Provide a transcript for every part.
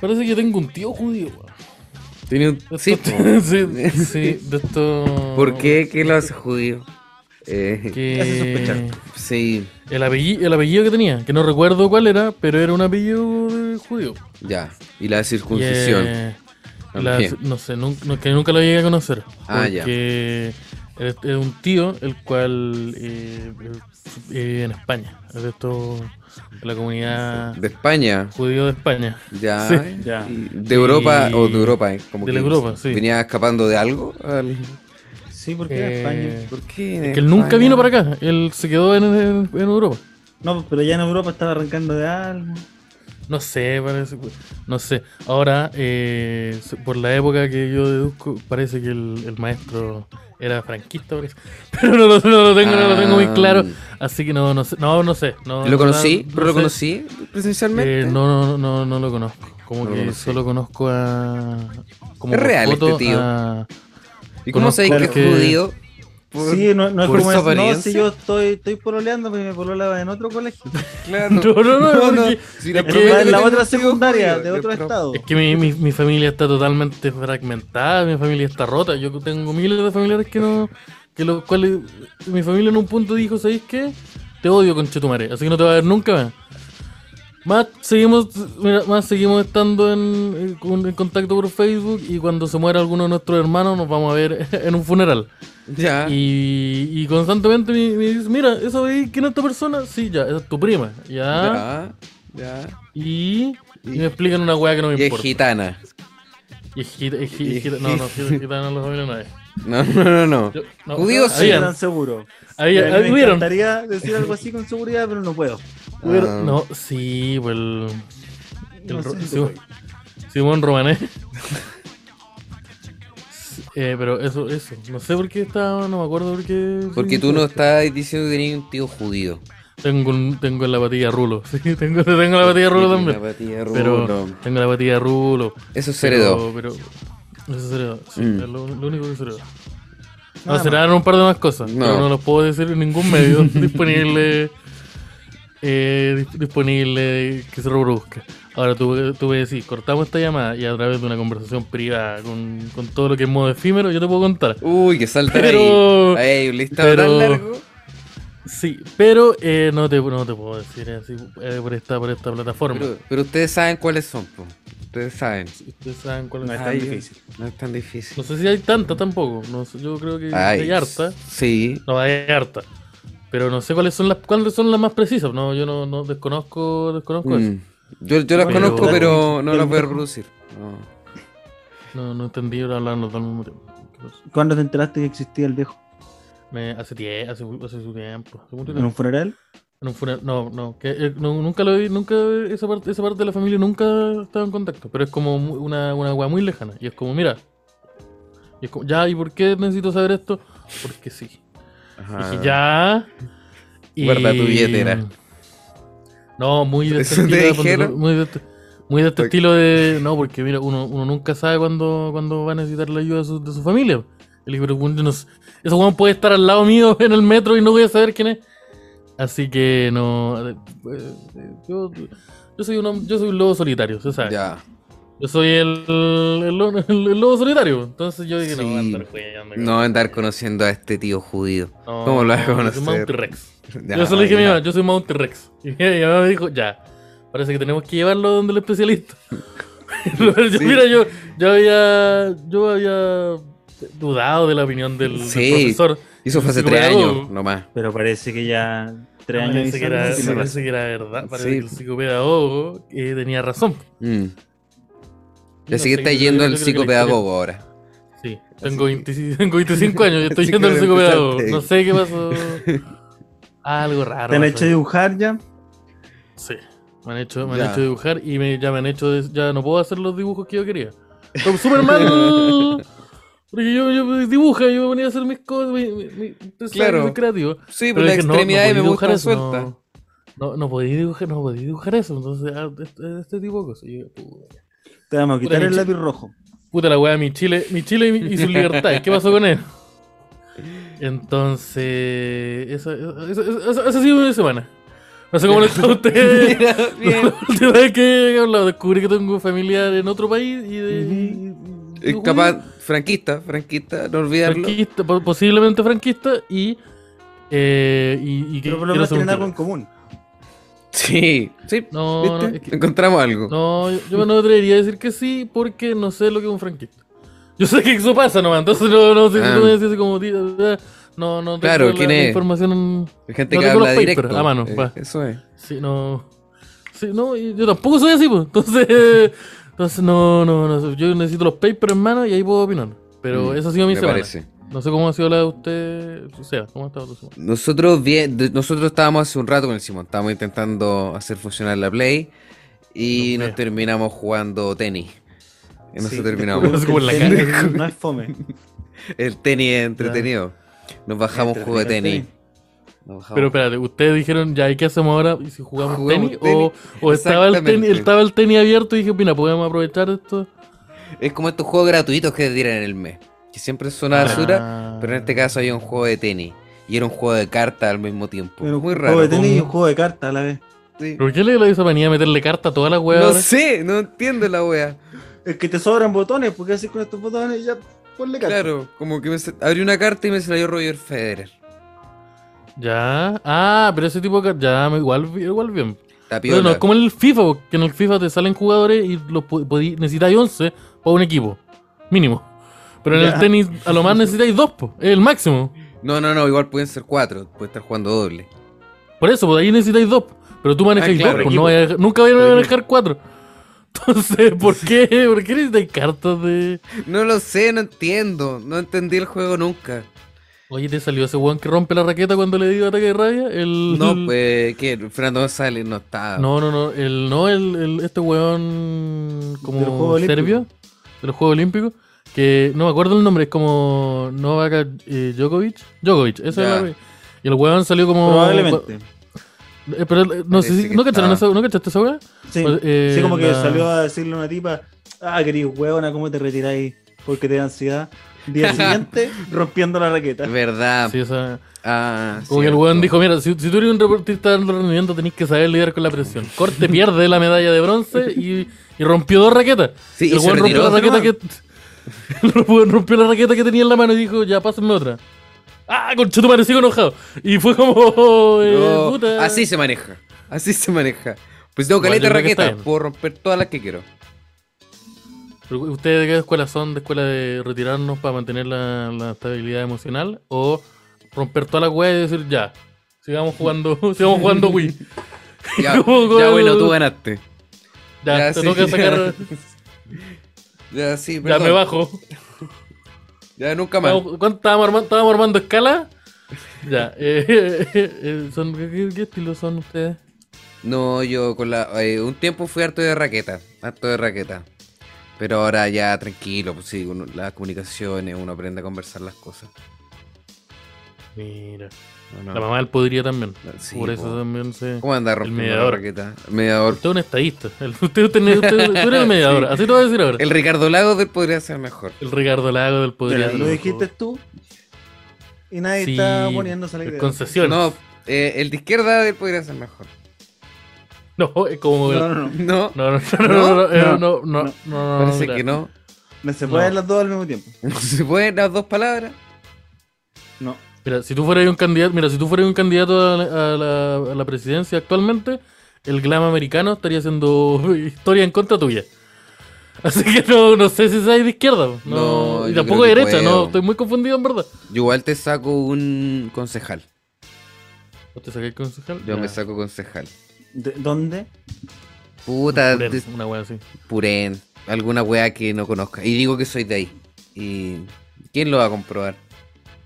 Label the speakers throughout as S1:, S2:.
S1: Parece que tengo un tío judío, weón.
S2: Tiene un...
S1: De
S2: Sí, po.
S1: estos- sí, sí, de esto.
S2: ¿Por qué? ¿Qué lo hace judío? Eh,
S1: Que...
S3: Hace sospechar.
S2: sí,
S1: El apellido, el apellido que tenía, que no recuerdo cuál era, pero era un apellido de judío.
S2: ya. Y la
S1: Y, eh,
S2: circuncisión.
S1: la-
S2: También.
S1: no sé, nun- no- que nunca lo llegué a conocer.
S2: Ah, ya.
S1: Porque es es un tío el cual eh, vive en España. Es de esto, de la comunidad
S2: De España,
S1: judío de España.
S2: ya.
S1: Sí,
S2: eh.
S3: ya.
S2: Y De Europa,
S1: Y-
S2: o de Europa, eh, como
S1: de la
S2: que
S1: Europa, sí.
S2: venía escapando de algo. al-
S3: Sí, porque
S1: Eh,
S3: España.
S2: ¿Por qué?
S1: Que él nunca vino para acá, él se quedó en, en- en Europa.
S3: No, pero ya en Europa estaba arrancando de algo.
S1: No sé, parece, no sé. Ahora, eh, se- por la época que yo deduzco, parece que el, el maestro era franquista, parece. Pero no lo, no lo tengo, no lo tengo muy claro. Así que no, no sé, no, no sé. No,
S2: Ah. ¿Lo conocí?
S1: no
S2: ¿Pero lo
S1: sé.
S2: conocí presencialmente?
S1: Eh, no, no, no, no lo conozco. Como
S2: No lo
S1: que
S2: conocí.
S1: solo conozco a. Como
S2: Es
S1: por
S2: real este tío.
S1: a-
S2: ¿Y cómo
S1: conozco
S2: sabéis que es
S1: que-
S2: judío? Por-
S3: Sí, no, no es
S2: por
S3: como
S2: su
S3: eso. No,
S2: apariencia.
S3: si yo estoy, estoy pololeando, me pololaba en otro colegio.
S2: Claro.
S1: No, no, no, porque-
S2: Si la
S1: es que
S2: prueba
S1: la
S2: que tengo
S3: otra
S2: un tío
S3: secundaria,
S2: judío, eh,
S3: de
S2: la
S3: otro
S2: prueba-
S3: estado.
S1: Es que mi, mi- mi familia está totalmente fragmentada, mi familia está rota. Yo tengo miles de familiares que no. que los cuales. Mi familia en un punto dijo: ¿Sabéis qué? Te odio con Chetumare, así que no te va a ver nunca más. Más seguimos, mira, más seguimos estando en, eh, en- en contacto por Facebook y cuando se muera alguno de nuestros hermanos nos vamos a ver en un funeral.
S2: Ya.
S1: Y, y constantemente me, me dice, mira, ¿eso veis quién es esta persona? Sí, ya, esa es tu prima. Ya.
S2: Ya. Ya.
S1: Y, y me explican una weá que no me
S2: Y es
S1: importa.
S2: gitana.
S1: Y es gita- es gi-
S2: Y
S1: es
S2: es
S1: gita- no, no, gita- gitano en la familia no hay.
S2: No, no, no, no.
S1: Yo- no,
S2: Judío
S1: habían,
S2: sí.
S3: Ahí
S1: Habían,
S3: eran seguro.
S1: habían,
S3: Y a mí me
S1: hubieron,
S3: encantaría decir algo así con seguridad, pero no puedo.
S1: hubieron-
S2: Ah.
S1: No, sí, pues el, el
S3: No
S1: Ro-
S3: sé si
S1: Simón,
S3: puedo.
S1: Simón Romané. Sí, eh, pero eso, eso. No sé por qué estaba, no me acuerdo por qué.
S2: Porque tú no estás diciendo que tenías un tío judío.
S1: Tengo, un- tengo la patilla rulo. Sí, tengo, tengo la patilla rulo
S2: Una
S1: también.
S2: patilla
S1: Pero
S2: rulo.
S1: tengo la patilla de rulo.
S2: Eso se
S1: pero-
S2: heredó.
S1: Pero, eso se heredó. Sí,
S2: Mm.
S1: es lo, lo único que se heredó. No,
S3: Nada
S1: se heredaron un par de más cosas.
S2: No.
S1: Pero no los puedo decir en ningún medio disponible. eh, dis- disponible que se reproduzca. Ahora tú, tú me decís, cortamos esta llamada y a través de una conversación privada con, con todo lo que es modo efímero, yo te puedo contar.
S2: Uy, que salta
S1: Pero-
S2: ahí. Ahí, un listado
S1: pero-
S2: tan largo.
S1: Sí, pero eh, no, te, no te puedo decir así eh, por, esta, por esta plataforma.
S2: Pero, pero ustedes saben cuáles son, po. Ustedes saben.
S1: Ustedes saben cuál
S3: No
S1: es.
S3: es
S1: No,
S3: tan
S2: Ay,
S3: difícil.
S2: No es tan difícil.
S1: sé si hay tanta tampoco. No sé, yo creo que hay harta.
S2: Sí.
S1: No, hay harta. Pero no sé cuáles son las cuáles son las más precisas. No, yo no, no desconozco, desconozco
S2: Mm.
S1: eso.
S2: Yo, yo las
S1: Pero-
S2: conozco, pero no las voy a reproducir. No.
S1: No, no entendí hablando al mismo tiempo. ¿Qué pasa?
S3: ¿Cuándo te enteraste que existía el viejo?
S1: Me- hace tie- hace, hace su tiempo. hace mucho
S3: ¿En un
S1: tiempo.
S3: funeral?
S1: En un funeral. No, no, que, eh, no, nunca lo vi, nunca esa parte, esa parte de la familia nunca estaba en contacto. Pero es como mu- una, una weá muy lejana. Y es como, mira. Y es como, ya, ¿y por qué necesito saber esto? Porque sí.
S2: Ajá.
S1: Dije, ya.
S2: Guarda tu billetera.
S1: No, muy de este
S2: ¿Eso
S1: estilo.
S2: te
S1: de- ponte tú,
S2: dijeron?
S1: muy de este, muy de este
S2: Ok.
S1: estilo de. No, porque mira, uno, uno nunca sabe cuándo, cuándo va a necesitar la ayuda de su, de su familia. El libro no sé, Ese weón puede estar al lado mío en el metro y no voy a saber quién es. Así que no. eh, eh, Yo, yo soy un hom- yo soy un lobo solitario, se sabe.
S2: Ya.
S1: Yo soy el, el, lo- el lobo solitario. Entonces yo dije, no, voy a
S2: Sí.
S1: andar jugando,
S2: No voy a andar conociendo a este tío judío.
S1: no,
S2: ¿Cómo lo vas a
S1: no, yo soy
S2: conocer?
S1: Mount Rex.
S2: Ya,
S1: yo solo dije a mi
S2: ya.
S1: mamá, yo soy Mount Rex. Y mi mamá me dijo, ya, parece que tenemos que llevarlo donde el especialista. Pero yo-
S2: Sí.
S1: Mira, yo, yo había yo había dudado de la opinión del, del
S2: Sí.
S1: profesor.
S2: Y eso fue hace
S1: Sí,
S2: tres
S1: luego-
S2: años nomás.
S3: Pero parece que ya tres años
S1: Parece que,
S3: diciendo
S1: era,
S3: que sí
S2: me
S3: lo
S1: parece que era verdad, parece
S2: Sí.
S1: que el psicopedagogo eh, tenía razón.
S2: Mm.
S1: Yo
S2: Así que
S1: sé,
S2: está
S1: yo-
S2: yendo
S1: yo creo que
S2: al
S1: la historia-
S2: psicopedagogo ahora.
S1: Sí, tengo,
S2: que-
S1: 25 tengo 25 años y estoy
S2: Así
S1: yendo
S2: que
S1: al psicopedagogo.
S2: empezaste.
S1: No sé qué pasó. Algo raro.
S3: Te han
S1: pasó.
S3: hecho dibujar ya.
S1: Sí, me han hecho, me han
S2: Ya.
S1: hecho dibujar y me, ya me han hecho. des- ya no puedo hacer los dibujos que yo quería. Son súper mal. Porque yo, yo dibuja, yo me ponía a hacer mis cosas. Mi, mi- mi- ustedes saben,
S2: Claro.
S1: soy creativo.
S2: Sí,
S1: Pero
S2: pero las
S1: es que no- no
S2: extremidades
S1: podía
S2: me
S1: dibujar
S2: gustan
S1: eso, no-
S2: sueltas.
S1: No, no podía dibujar, no podía dibujar eso. Entonces, ah, este, este tipo de cosas. Y yo, puta.
S3: Te vamos a quitar
S1: Pura
S3: el
S1: leche.
S3: lápiz rojo.
S1: Puta la weá, mi Chile, mi Chile y, mi- y sus libertades. ¿Qué pasó con él? Entonces, esa, esa, esa- esa- esa- esa ha sido mi semana. No sé cómo le está a ustedes.
S2: Mira, bien.
S1: La última vez que he hablado, descubrí que tengo un familiar en otro país y de.
S2: Eh, capaz, franquista, franquista, no olvidarlo.
S1: franquista, po- posiblemente franquista y. Eh, y, y que
S3: Pero por lo
S1: quiero
S3: menos
S1: ser un
S3: tienen algo en
S1: tiburón.
S3: común.
S2: Sí, sí.
S1: No, no,
S2: ¿Viste?
S1: es que-
S2: Encontramos algo.
S1: no, yo, yo no me atrevería a decir que sí porque no sé lo que es un franquista. Yo sé que eso pasa nomás, entonces no, no sé si
S2: Ah.
S1: tú me decís como. "Tío, eh, No, no tengo
S2: Claro,
S1: la-
S2: ¿quién
S1: la
S2: es?
S1: información. en-
S2: Hay gente
S1: no
S2: que
S1: tengo
S2: habla
S1: los papers
S2: directo.
S1: a mano,
S2: Eh,
S1: va.
S2: eso es.
S1: Sí, no. Sí, no, y yo tampoco soy así, pues. Entonces, entonces no, no, no. Yo necesito los papers, hermano, y ahí puedo opinar. Pero
S2: Mm,
S1: eso ha sido mi
S2: me
S1: semana.
S2: parece.
S1: No sé cómo ha sido la de usted. O sea, ¿cómo ha estado tu semana?
S2: Nosotros bien, de- nosotros estábamos hace un rato con el Simón, estábamos intentando hacer funcionar la Play y
S1: No
S2: nos
S1: veo.
S2: terminamos jugando tenis. Y Nosotros
S3: Sí,
S2: terminamos.
S1: Es como en la
S3: descubrí que
S2: cara.
S3: el tenis No es fome.
S2: El tenis es entretenido. Nos bajamos un juego de tenis. Nos bajamos-
S1: Pero espérate, ustedes dijeron, ya, ¿y qué hacemos ahora? ¿Y si jugamos,
S2: Jugamos
S1: tenis?
S2: tenis.
S1: O, o estaba, el tenis,
S2: Exactamente.
S1: estaba el tenis abierto y dije, mira, podemos aprovechar esto.
S2: Es como estos juegos gratuitos que te tiran en el mes. Que siempre son una basura,
S1: Ah.
S2: pero en este caso había un juego de tenis. Y era un juego de cartas al mismo tiempo.
S3: Pero
S2: Pues Muy
S3: un
S2: raro.
S3: juego de tenis y un
S1: ¿cómo?
S3: juego de cartas a la vez.
S2: Sí.
S1: ¿Por qué le dio esa manía de meterle carta a toda la weá?
S2: No
S1: ahora?
S2: sé, no entiendo la wea.
S3: Es que te sobran botones, porque así con estos botones ya ponle cartas.
S2: Claro, como que me sa- abrí una carta y me salió Roger Federer.
S1: Ya. Ah, pero ese tipo de car- Ya, igual, igual bien.
S2: Está
S1: Pero no,
S2: piola.
S1: es como en el FIFA, porque en el FIFA te salen jugadores y los po- podí- necesitáis 11 para un equipo, mínimo. Pero en el
S3: Ya.
S1: tenis a lo más necesitáis dos, po, es el máximo.
S2: No, no, no, igual pueden ser cuatro, puede estar jugando doble.
S1: Por eso, por ahí necesitáis dos. Pero tú manejáis
S2: Ah, claro,
S1: dos, po,
S2: equipo.
S1: no vayas a dejar- nunca vayan a
S2: Por
S1: manejar cuatro. Entonces, ¿por qué, ¿por qué necesitáis cartas de...?
S2: No lo sé, no entiendo. No entendí el juego nunca.
S1: Oye, ¿te salió ese weón que rompe la raqueta cuando le dio ataque de rabia? El...
S2: No, pues, ah. que Fernando González no está.
S1: No, no, no. El, no, el, el- este weón como
S3: De los Juegos Olímpicos.
S1: serbio de los Juegos Olímpicos. Que no me acuerdo el nombre, es como Novak eh, Djokovic. Djokovic, ese
S2: Ya.
S1: es el Y el weón salió como. pues,
S3: Probablemente.
S1: Eh, pero eh, no sé
S2: Parece
S1: si.
S2: que
S1: ¿No cacharon
S2: está-
S1: esa- ¿no cachaste esa weá?
S3: Sí,
S1: Pues, eh,
S3: sí, como que
S1: la-
S3: salió a decirle a una tipa, ah, querido huevona, ¿cómo te retiráis? Porque te da ansiedad. Día siguiente, rompiendo la raqueta.
S2: Es verdad.
S1: Sí, esa.
S2: Ah,
S1: Como que el
S2: cierto.
S1: weón dijo: Mira, si, si tú eres un deportista de alto rendimiento, tenés que saber lidiar con la presión. Corte pierde la medalla de bronce y, y rompió dos raquetas.
S2: Sí, y
S1: el
S2: se
S1: weón rompió la
S2: retiró.
S1: raqueta que. El weón rompió la raqueta que tenía en la mano y dijo, ya, pásenme otra. ¡Ah, concha tu madre, sigo enojado! Y fue como. eh,
S2: No,
S1: puta.
S2: Así se maneja. Así se maneja. Pues tengo
S1: Igual yo
S2: caleta de
S1: creo que está
S2: raqueta.
S1: bien.
S2: Puedo romper todas las que quiero.
S1: Pero, ¿Ustedes de qué escuela son? ¿De escuela de retirarnos para mantener la, la estabilidad emocional? ¿O romper toda la weá y decir, ya, sigamos jugando, sigamos jugando Wii?
S2: Ya,
S1: Como-
S2: ya, bueno, tú ganaste.
S1: Ya,
S2: Ya,
S1: te
S2: sí,
S1: toca
S2: ya.
S1: sacar.
S2: Ya, sí,
S1: Ya
S2: perdón.
S1: me bajo.
S2: Ya, nunca más.
S1: Estábamos- ¿Cuánto estábamos armando, estábamos armando escala? Ya, eh, eh, eh, son, ¿qué- qué- qué estilo son ustedes?
S2: No, yo con la. eh, un tiempo fui harto de raqueta. Harto de raqueta. Pero ahora ya tranquilo, pues sí, uno- las comunicaciones, uno aprende a conversar las cosas.
S1: Mira.
S2: No, no.
S1: La mamá él podría también.
S2: Sí,
S1: Por eso
S2: po.
S1: también se.
S2: ¿Cómo anda rompiendo la
S1: mediador.
S2: raqueta? El mediador.
S1: Usted es un estadista. El- usted, usted- usted- tú eres el mediador. Así te voy a decir ahora. El,
S2: El Ricardo Lago del podría ser mejor.
S1: Ricardo Lago del Poder.
S3: Pero lo dijiste tú y nadie
S1: Sí,
S3: está poniéndose a la idea.
S1: Concesiones. No.
S2: No, eh, el de izquierda del podría ser mejor.
S1: es como.
S3: No,
S1: No,
S3: no, no.
S2: No,
S1: no, no, no, no, eh, no, no, no,
S3: no.
S1: no,
S2: parece
S1: mira.
S2: que no.
S3: No se
S1: No.
S3: pueden las dos al mismo tiempo.
S2: No se pueden las dos palabras.
S3: No.
S1: Mira, si tú fueras un candidato, mira, si tú fueras un candidato a la, a la- a la presidencia actualmente, el glam americano estaría haciendo historia en contra tuya. Así que no, no sé si seas de izquierda. No,
S2: No,
S1: y
S2: yo
S1: tampoco de
S2: creo que
S1: derecha, no,
S2: puedo.
S1: estoy muy confundido en verdad.
S2: Yo igual te saco un concejal.
S1: ¿O te saqué el concejal?
S2: Yo
S1: Ya.
S2: me saco concejal.
S3: ¿De- ¿Dónde?
S2: Puta,
S1: Purén,
S2: des-
S1: una wea así.
S2: Purén, alguna wea que no conozca. Y digo que soy de ahí. ¿Y quién lo va a comprobar?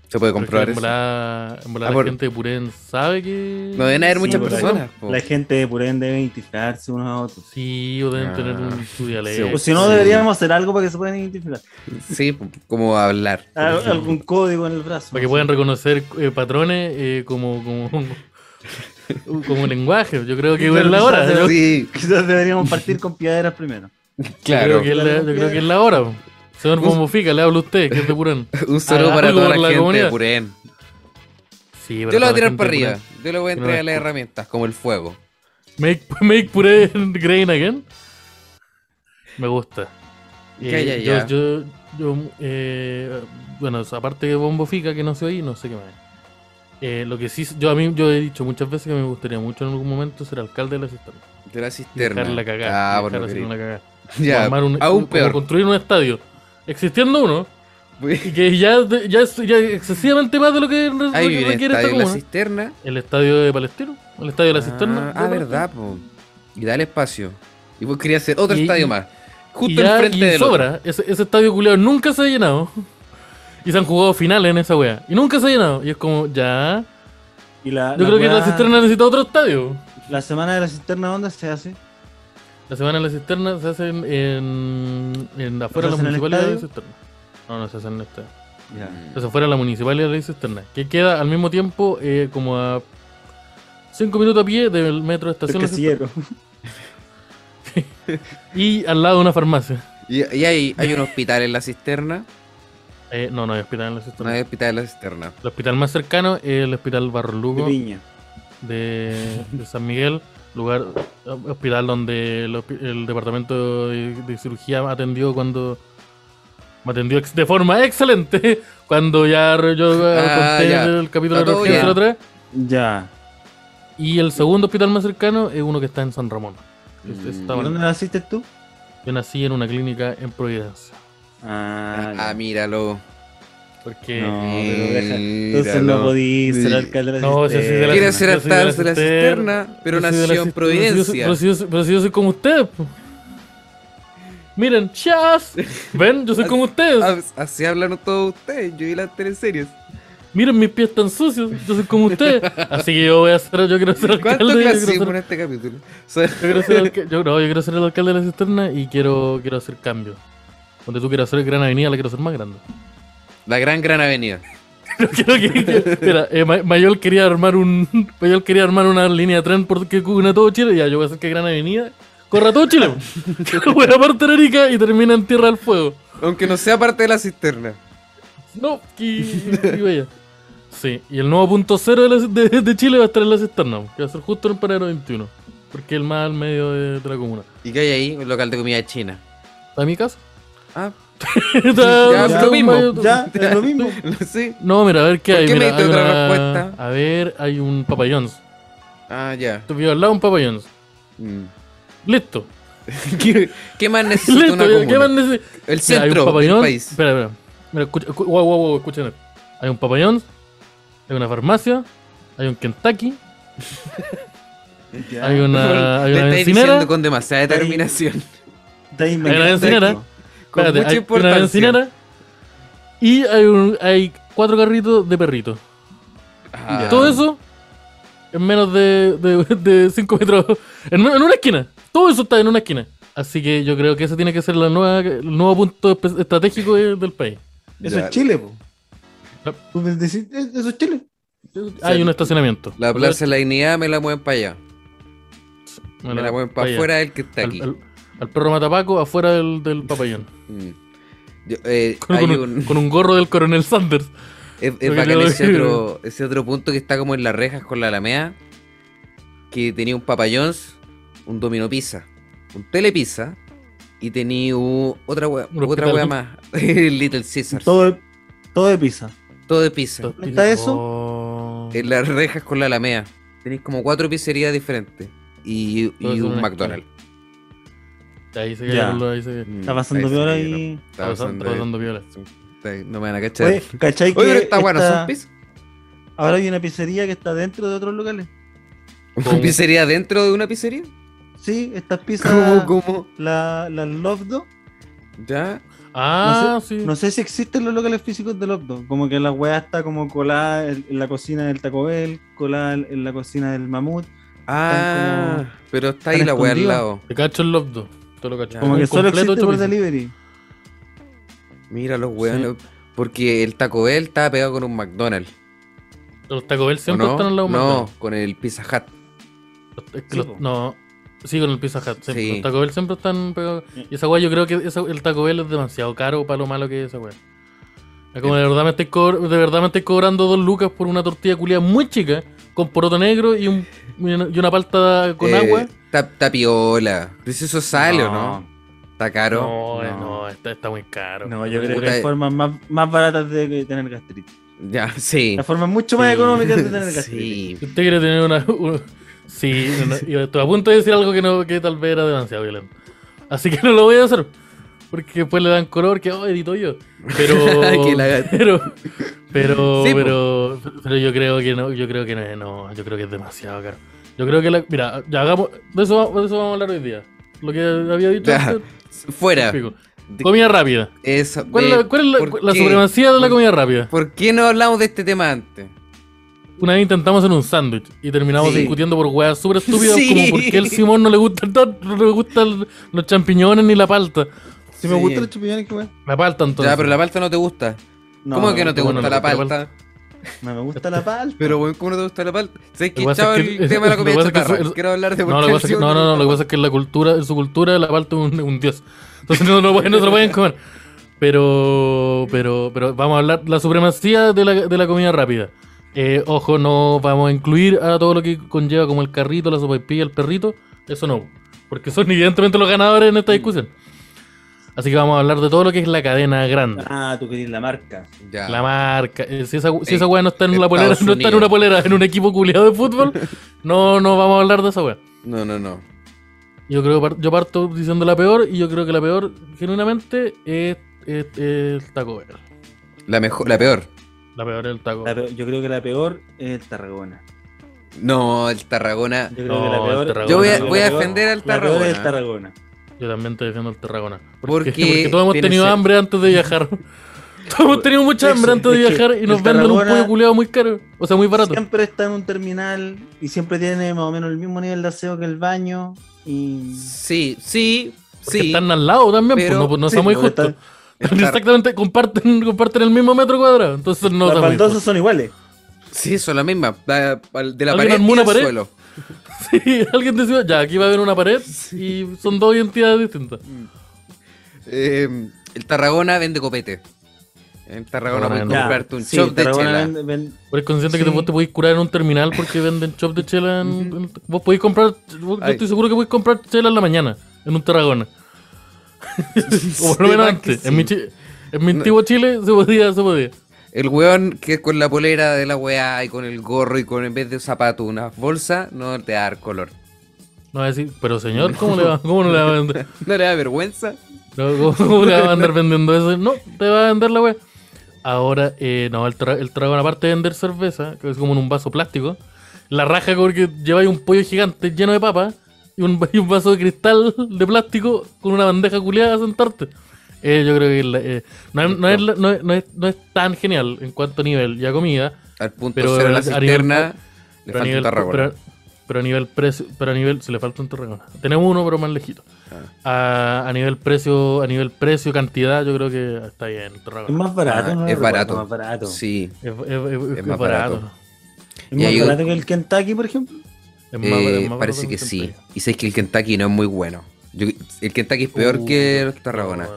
S2: ¿Se puede comprobar
S1: Porque en
S2: eso?
S1: volada- en volada
S2: Ah,
S1: la
S2: por-
S1: gente de Purén sabe que.
S2: No deben haber muchas
S3: por ahí.
S2: personas. po.
S3: La gente de Purén debe identificarse unos a otros.
S1: Sí, o deben tener un, su dialecto.
S3: O si no,
S2: Ah, Sí.
S3: deberíamos hacer algo para que se puedan identificar.
S2: Sí, po, como hablar.
S3: Al- Algún código en el brazo.
S1: Para que puedan reconocer eh, patrones eh, como, como, como lenguaje. Yo creo que es la hora. Yo,
S2: Sí,
S3: Quizás deberíamos partir con piedras primero.
S1: creo
S2: claro.
S1: que es la, yo creo que es la hora. po. Señor Bombofica, le hablo a usted, que es de Purán.
S2: Un saludo
S1: Haga
S2: para
S1: algo
S2: toda
S1: por
S2: la
S1: la
S2: gente de
S1: comunidad.
S2: Purén.
S1: Sí, pero
S2: Yo lo voy
S1: para
S2: a
S1: la
S2: tirar
S1: gente
S2: para
S1: que
S2: arriba. Yo le voy a
S1: que no
S2: entregar
S1: la
S2: las
S1: escucha.
S2: herramientas, como el fuego.
S1: Make, make puré grain again. Me gusta. Eh,
S2: Ya, ya,
S1: yo-
S2: ya.
S1: Yo, yo, eh, bueno, o sea, aparte de Bombo Fica, que no sé oí, no sé qué más. Eh, lo que sí, yo a mí yo he dicho muchas veces que me gustaría mucho en algún momento ser alcalde de la cisterna.
S2: De la cisterna.
S1: Dejarla cagar.
S2: Ah,
S1: dejarla
S2: bueno,
S1: hacer
S2: querido.
S1: una cagada. O
S2: Ya,
S1: armar un-
S2: aún
S1: como
S2: peor.
S1: construir un estadio. Existiendo uno, y que ya, ya, es- ya es excesivamente más de lo que re-
S2: Ahí viene el
S1: requiere esta
S2: estadio de la
S1: comuna.
S2: cisterna.
S1: El estadio de Palestino, el estadio de la cisterna.
S2: Ah, ah,
S1: de Palestino.
S2: verdad, po. Y dale espacio. Y vos querías hacer otro
S1: Y-
S2: estadio
S1: y- y
S2: más. Justo
S1: ya,
S2: enfrente
S1: y
S2: del otro.
S1: sobra. Ese, ese estadio culeado nunca se ha llenado. Y se han jugado finales en esa wea. Y nunca se ha llenado. Y es como, ya.
S3: Y la,
S1: Yo
S3: la
S1: creo que la
S3: weá-
S1: cisterna necesita otro estadio.
S3: La semana de la cisterna, ¿dónde se hace?
S1: La semana de la cisterna se hace en, en, en afuera de la
S3: ¿No se hace en el
S1: municipalidad de la
S3: estadio?
S1: cisterna. No, no se hace en el estadio.
S3: Ya.
S1: Se hace afuera de la municipalidad de la cisterna. Que queda al mismo tiempo eh, como a 5 minutos a pie del metro de
S3: El
S1: estación. La Cisterna.
S3: casillero.
S1: Y al lado de una farmacia.
S2: Y, y hay, hay un hospital en la cisterna.
S1: Eh, no, no hay hospital en la
S2: No
S1: cisterna.
S2: hay hospital en la cisterna.
S1: El hospital más cercano es el hospital
S3: De
S1: Barrolugo.
S3: piña.
S1: de, de San Miguel, lugar eh, hospital donde el, hospi- el departamento de, de cirugía me atendió cuando me atendió ex- de forma excelente cuando ya re- yo eh,
S2: Ah,
S1: conté
S2: ya.
S1: en el capítulo de
S2: Está todo
S1: emergencia la
S2: bien.
S1: otra vez.
S3: Ya.
S1: y el segundo hospital más cercano es uno que está en San Ramón. Es-
S2: Mm.
S1: está
S3: ¿Y
S1: bueno.
S3: dónde naciste tú?
S1: Yo nací en una clínica en Providencia.
S3: Ah,
S2: Ah,
S3: ya.
S2: míralo.
S1: Porque
S3: No, pero deja. Entonces
S2: Míralo.
S3: no podí ser
S2: Sí.
S3: alcalde de la
S1: No, ese sí de la-
S2: Quiere
S1: Yo soy de
S2: ser
S1: la
S2: alcalde de la
S1: cisterna,
S2: cisterna,
S1: Yo
S2: pero
S1: soy de la
S2: nació
S1: cist- pero si
S2: en
S1: yo soy-
S2: Providencia.
S1: Pero si, yo, soy- pero si yo soy como ustedes. po. Miren, chas. Ven, yo soy como ustedes.
S2: Ah, Así hablan todos ustedes. Yo vi las teleseries.
S1: Miren, mis pies tan sucios. Yo soy como ustedes. Así que yo voy a ser, yo quiero ser
S2: ¿Cuánto
S1: alcalde. Yo quiero
S2: clasismo en
S1: ser-
S2: este capítulo? So-
S1: yo quiero ser alca- yo- no, yo quiero ser el alcalde de la cisterna y quiero, quiero hacer cambios. Donde tú quieras hacer Gran Avenida, la quiero hacer más grande.
S2: La gran, gran avenida.
S1: Yo creo que- que- espera, eh, Ma- Mayol quería armar un Mayol quería armar una línea de tren por- que cubre todo Chile. Ya, yo voy a hacer que Gran Avenida corra todo Chile. Voy a partir Arica y termina en Tierra del Fuego.
S2: Aunque no sea parte de la cisterna.
S1: No, y, y vaya. Sí, y el nuevo punto cero de, la- de- de Chile va a estar en la cisterna, que va a ser justo en el paradero 21, porque es el más al medio de, de la comuna.
S2: ¿Y qué hay ahí? Un local de comida china.
S1: ¿Está mi casa?
S2: Ah,
S1: Está-
S2: Ya,
S1: está
S2: lo
S1: un
S2: mismo.
S1: mayo-
S3: Ya, es lo mismo.
S2: sí.
S1: No, mira, a ver qué
S2: ¿Por
S1: hay.
S2: qué me
S1: mira,
S2: diste
S1: hay
S2: otra
S1: una-
S2: respuesta?
S1: A ver, hay un papayón.
S2: Ah, ya.
S1: Te vio al lado un papayón.
S2: Mm.
S1: Listo.
S2: ¿Qué, qué más necesita
S1: Listo,
S2: una
S1: ya, ¿qué
S2: comuna?
S1: más neces-
S2: El
S1: Mira, hay un
S2: centro del
S1: papayón.
S2: país.
S1: Espera, espera. Mira, escucha, escu- guau, guau, guau, escuchen esto. Hay un papayón, hay una farmacia, hay un Kentucky,
S3: Ya.
S1: hay una, hay
S2: Le
S1: una
S2: estáis
S1: bencinera.
S2: diciendo con demasiada determinación.
S3: Está ahí, me
S1: Hay una
S3: encanta
S1: bencinera.
S3: esto.
S2: Con
S1: espérate,
S2: mucha
S1: hay una
S2: importancia.
S1: bencinera. Y hay, un, hay cuatro carritos de perritos.
S2: Ah.
S1: Todo eso en menos de, de, de cinco metros. En, men- en una esquina. Todo eso está en una esquina. Así que yo creo que ese tiene que ser la nueva, el nuevo punto espe- estratégico de- del país.
S3: Eso
S2: Ya.
S3: es Chile, po.
S1: No.
S3: Tú me decís, "Eh, Eso es Chile.
S1: Hay un estacionamiento.
S2: La plaza de la dignidad me la mueven para allá. Me,
S1: Me
S2: la mueven para
S1: vaya.
S2: afuera del que está
S1: al,
S2: aquí.
S1: al- al perro matapaco afuera del, del papayón.
S2: Mm. Yo, eh,
S1: Con,
S2: hay
S1: con
S2: un,
S1: un, con un gorro del coronel Sanders.
S2: Es,
S1: Lo
S2: es
S1: que
S2: bacán
S1: quiero
S2: ese
S1: decir.
S2: otro, ese otro punto que está como en las rejas con la Alameda. Que tenía un papayón, un domino pizza, un telepizza y tenía u- otra wea,
S1: Un
S2: otra
S1: hospital.
S2: wea más. El Little Caesar. Todo,
S3: Todo, de- todo de pizza.
S2: de pizza.
S3: ¿Está eso?
S1: Oh.
S2: En las rejas con la Alameda. Tenéis como cuatro pizzerías diferentes. Y, y
S1: Todo eso en
S2: un
S1: una
S2: McDonald's.
S1: Ahí se
S3: Ya.
S1: cayeron los- ahí se cayeron.
S2: Mm,
S3: Está pasando
S2: ahí
S3: peor
S2: se cayeron.
S3: ahí.
S2: Está
S1: Está pasando-
S2: pasando
S1: está pasando viola.
S2: ahí. No me van a cachar.
S3: Oye,
S2: Oye,
S3: ¿cachai que
S2: pero está bueno,
S3: esta-
S2: son pizzas.
S3: ahora hay una pizzería que está dentro de otros locales?
S1: ¿Cómo?
S2: ¿Una pizzería dentro de una pizzería?
S3: Sí, estas
S2: ¿Cómo,
S3: pizzas,
S2: cómo?
S3: la- las Lofdo,
S2: ¿Ya?
S1: Ah,
S3: no sé,
S1: sí.
S3: no sé si existen los locales físicos de Lofdo, como que la weá está como colada en en la cocina del Taco Bell, colada en en la cocina del Mamut,
S2: Ah,
S3: como-
S2: pero está
S3: están
S2: ahí la wea al
S3: escondidos.
S2: lado.
S1: Te cacho el lobdo. Te lo
S2: Ah,
S1: cacho.
S3: como
S1: Un
S3: que solo
S1: completo
S3: existe
S1: hecho
S3: por
S1: pizza.
S3: delivery.
S2: Mira los weones. Porque el Taco Bell estaba pegado con un McDonald's. ¿o
S1: Los Taco Bell siempre
S2: no?
S1: están al lado de un
S2: No,
S1: McDonald's.
S2: con el Pizza Hut.
S1: Los- es que
S3: Sí,
S1: los-
S3: po.
S1: no. Sí, con el Pizza Hut. siempre.
S2: Sí.
S1: Los Taco Bell siempre están pegados. Y esa weá, yo creo que esa- el Taco Bell es demasiado caro para lo malo que es esa weá. Es Como de verdad, me estáis cobr- de verdad me estáis cobrando dos lucas por una tortilla culia muy chica, con poroto negro y, un- y una- y una palta con
S2: Eh,
S1: agua.
S2: tap- tapiola. Pero si eso sale o no. Está caro.
S1: No, eh, no,
S3: no.
S1: está, está muy caro.
S3: No, yo creo que
S2: Puta,
S3: hay
S2: eh.
S3: formas más, más baratas de tener gastritis.
S2: Ya, sí.
S3: Las formas mucho más
S1: Sí.
S3: económicas de tener gastritis.
S2: Sí.
S1: Si usted quiere tener una. un- sí, no, no, yo estoy a punto de decir algo que, no, que tal vez era demasiado violento. Así que no lo voy a hacer. Porque después le dan color que, oh, edito yo. Pero.
S2: Que la-
S1: pero. Pero,
S2: Sí, po.
S1: pero, pero yo creo que no, yo creo que no, no, yo creo que es demasiado caro. Yo creo que la, mira, ya hagamos, de eso, va- de eso vamos a hablar hoy día. Lo que había dicho
S2: Ya,
S1: antes,
S2: Fuera.
S1: pico.
S2: De-
S1: Comida rápida.
S2: Eso,
S1: ¿Cuál es
S2: de-
S1: la, cuál es la-
S2: ¿por
S1: la
S2: qué?
S1: supremacía de la
S2: ¿Por-
S1: comida rápida?
S2: ¿Por qué no hablamos de este tema antes?
S1: Una vez intentamos hacer un sándwich y terminamos
S2: Sí.
S1: discutiendo por weas súper estúpidas
S2: Sí.
S1: como por qué al Simón no le gusta el tat- no le gustan los champiñones ni la palta.
S3: Si me
S2: Sí.
S3: gustan los champiñones, qué weón.
S1: La palta entonces.
S2: ya, pero la palta no te gusta. ¿Cómo que no te
S1: ¿cómo no
S2: gusta la
S1: me gusta la
S2: palta?
S3: No me gusta la palta.
S2: Pero, weón, ¿cómo no te gusta la palta? ¿Sabes
S1: Lo
S2: qué?
S1: que pasa
S2: Chao
S1: es que-
S2: el tema de la
S1: lo
S2: comida
S1: que pasa es que
S2: chatarra.
S1: fue-
S2: Quiero hablar de por
S1: No, lo
S2: qué
S1: que
S2: al
S1: pasa es que, no,
S2: Simón
S1: no, no, lo que pasa es que en la cultura, en su cultura la palta es un, un dios. Entonces no, lo pueden- no se lo pueden comer. Pero, pero, pero vamos a hablar la supremacía de la, de la comida rápida. Eh, ojo, no vamos a incluir a todo lo que conlleva como el carrito, la sopaipilla, el perrito. Eso no, porque son evidentemente los ganadores en esta discusión. Así que vamos a hablar de todo lo que es la cadena grande.
S3: Ah, tú querías la marca.
S2: Ya.
S1: La marca, eh, si esa, si
S2: Eh,
S1: esa weá no está en una polera,
S2: Estados
S1: no está en
S2: Unidos.
S1: una polera, en un equipo culiado de fútbol, no, no vamos a hablar de esa weá.
S2: No, no, no.
S1: Yo creo que par- yo parto diciendo la peor y yo creo que la peor, genuinamente, es, es- es el Taco Bell.
S2: La mejor, la peor.
S1: La peor es el Taco
S3: La
S1: Bell.
S3: peor- yo creo que la peor es el Tarragona.
S2: No, el Tarragona.
S3: Yo creo
S1: No,
S3: que la
S1: el
S3: peor.
S1: Tarragona.
S2: Yo voy
S1: la
S2: a,
S1: peor.
S2: voy a
S3: la peor-
S2: defender al
S3: La peor
S2: Tarragona.
S3: es el Tarragona.
S1: Yo también te defiendo el Tarragona. ¿Por
S2: Porque
S1: qué? Porque todos hemos
S2: tiene
S1: tenido
S2: sed.
S1: hambre antes de viajar. todos hemos tenido mucha hambre antes de
S3: Es que
S1: viajar y nos
S3: el
S1: venden un
S3: Tarragona-
S1: pollo culeado muy caro. O sea, muy barato.
S3: Siempre está en un terminal y siempre tiene más o menos el mismo nivel de aseo que el baño. Y.
S2: Sí, sí,
S1: Porque
S2: sí.
S1: están al lado también, pues,
S2: pero-
S1: no, pues, no
S2: sí,
S1: somos
S2: no,
S1: injustos.
S2: El Tar-
S1: Exactamente, comparten, comparten el mismo metro cuadrado. Entonces no
S3: Las
S1: somos
S3: baldosas son iguales.
S2: Sí, son la misma. la- de la
S1: ¿Alguien
S2: pared
S1: armó
S2: y
S1: una
S2: el
S1: pared?
S2: suelo.
S1: Sí, alguien decía, ya, aquí va a haber una pared y son dos identidades distintas.
S2: Eh, el Tarragona vende copete. En Tarragona puedes
S1: Tarragona
S2: comprarte un
S3: sí,
S2: shop de
S3: Tarragona
S2: chela.
S3: vende- vende-
S1: Pero es consciente que
S3: Sí.
S1: te- vos te podéis curar en un terminal porque venden chop de chela. En, en- vos podéis comprar. vos- yo
S2: Ay.
S1: estoy seguro que podéis comprar chela en la mañana, en un Tarragona. o por lo
S2: Sí,
S1: menos
S2: más que
S1: antes.
S2: sí.
S1: En mi, chi- en mi
S2: No.
S1: antiguo Chile se podía, se podía.
S2: El weón que con la polera de la weá y con el gorro y con en vez de zapato una bolsa, no te va a dar color.
S1: No va a decir, pero señor, ¿cómo, le va, cómo no le va a vender?
S2: ¿No le da vergüenza?
S1: No, ¿cómo, cómo le va a andar vendiendo eso? No, te va a vender la wea. Ahora, eh, no, el, tra- el Tarragona, aparte de vender cerveza, que es como en un vaso plástico, la raja porque lleváis un pollo gigante lleno de papas y un, y un vaso de cristal de plástico con una bandeja culiada a sentarte. Eh, yo creo que la- eh, no, es, no es la- no es- no es- no es tan genial en cuanto a nivel y a comida,
S2: Al punto
S1: Pero
S2: cero de la
S1: a nivel-
S2: cisterna, le
S1: pero a,
S2: falta
S1: nivel,
S2: un Tarragona.
S1: pero, pero a nivel precio, pero a nivel, se le falta un Tarragona. Tenemos uno, pero más lejito.
S2: Ah.
S1: A, a nivel precio, a nivel precio, cantidad, yo creo que está bien. el
S3: Es
S1: Tarragona.
S3: más barato,
S2: Ah,
S3: ¿no?
S2: es
S3: Recuerdo,
S2: barato.
S3: Más barato.
S2: Sí.
S1: Es, es- es- es
S2: más
S1: barato.
S2: barato.
S3: Es
S2: Y
S3: más
S2: ahí-
S3: barato que el Kentucky, por ejemplo.
S1: Es
S2: Eh,
S1: más- es más barato
S2: parece
S1: un
S2: que sí.
S1: centavo.
S2: Y sabéis que el Kentucky no es muy bueno. Yo- el Kentucky es peor
S1: Uh,
S2: que el Tarragona.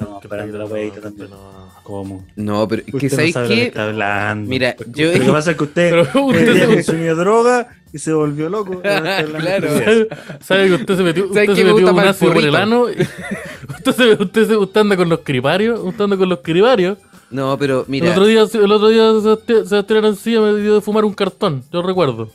S3: No,
S1: qué
S3: parando la
S1: peligro,
S3: huevita
S1: no,
S3: también.
S1: no.
S3: ¿Cómo?
S2: No, pero es que
S3: Usted no
S2: sabéis
S3: sabe lo que
S2: que.
S3: está hablando.
S2: Mira, yo.
S3: Lo que pasa es que usted,
S1: Pero
S3: el día que
S1: usted,
S3: consumió droga y se volvió loco.
S2: Claro.
S1: sabe- sabe que usted se metió,
S2: ¿Sabe
S1: usted
S2: qué
S1: se metió
S2: me gusta
S1: un
S2: más el
S1: ácido por el
S2: burrito?
S1: ano. y- usted, se, usted, se- usted anda con los cribarios. Usted anda con los cribarios.
S2: No, pero
S1: El
S2: mira.
S1: otro día, el otro día Sebasti- Sebastián Arancía me dio de fumar un cartón, yo recuerdo.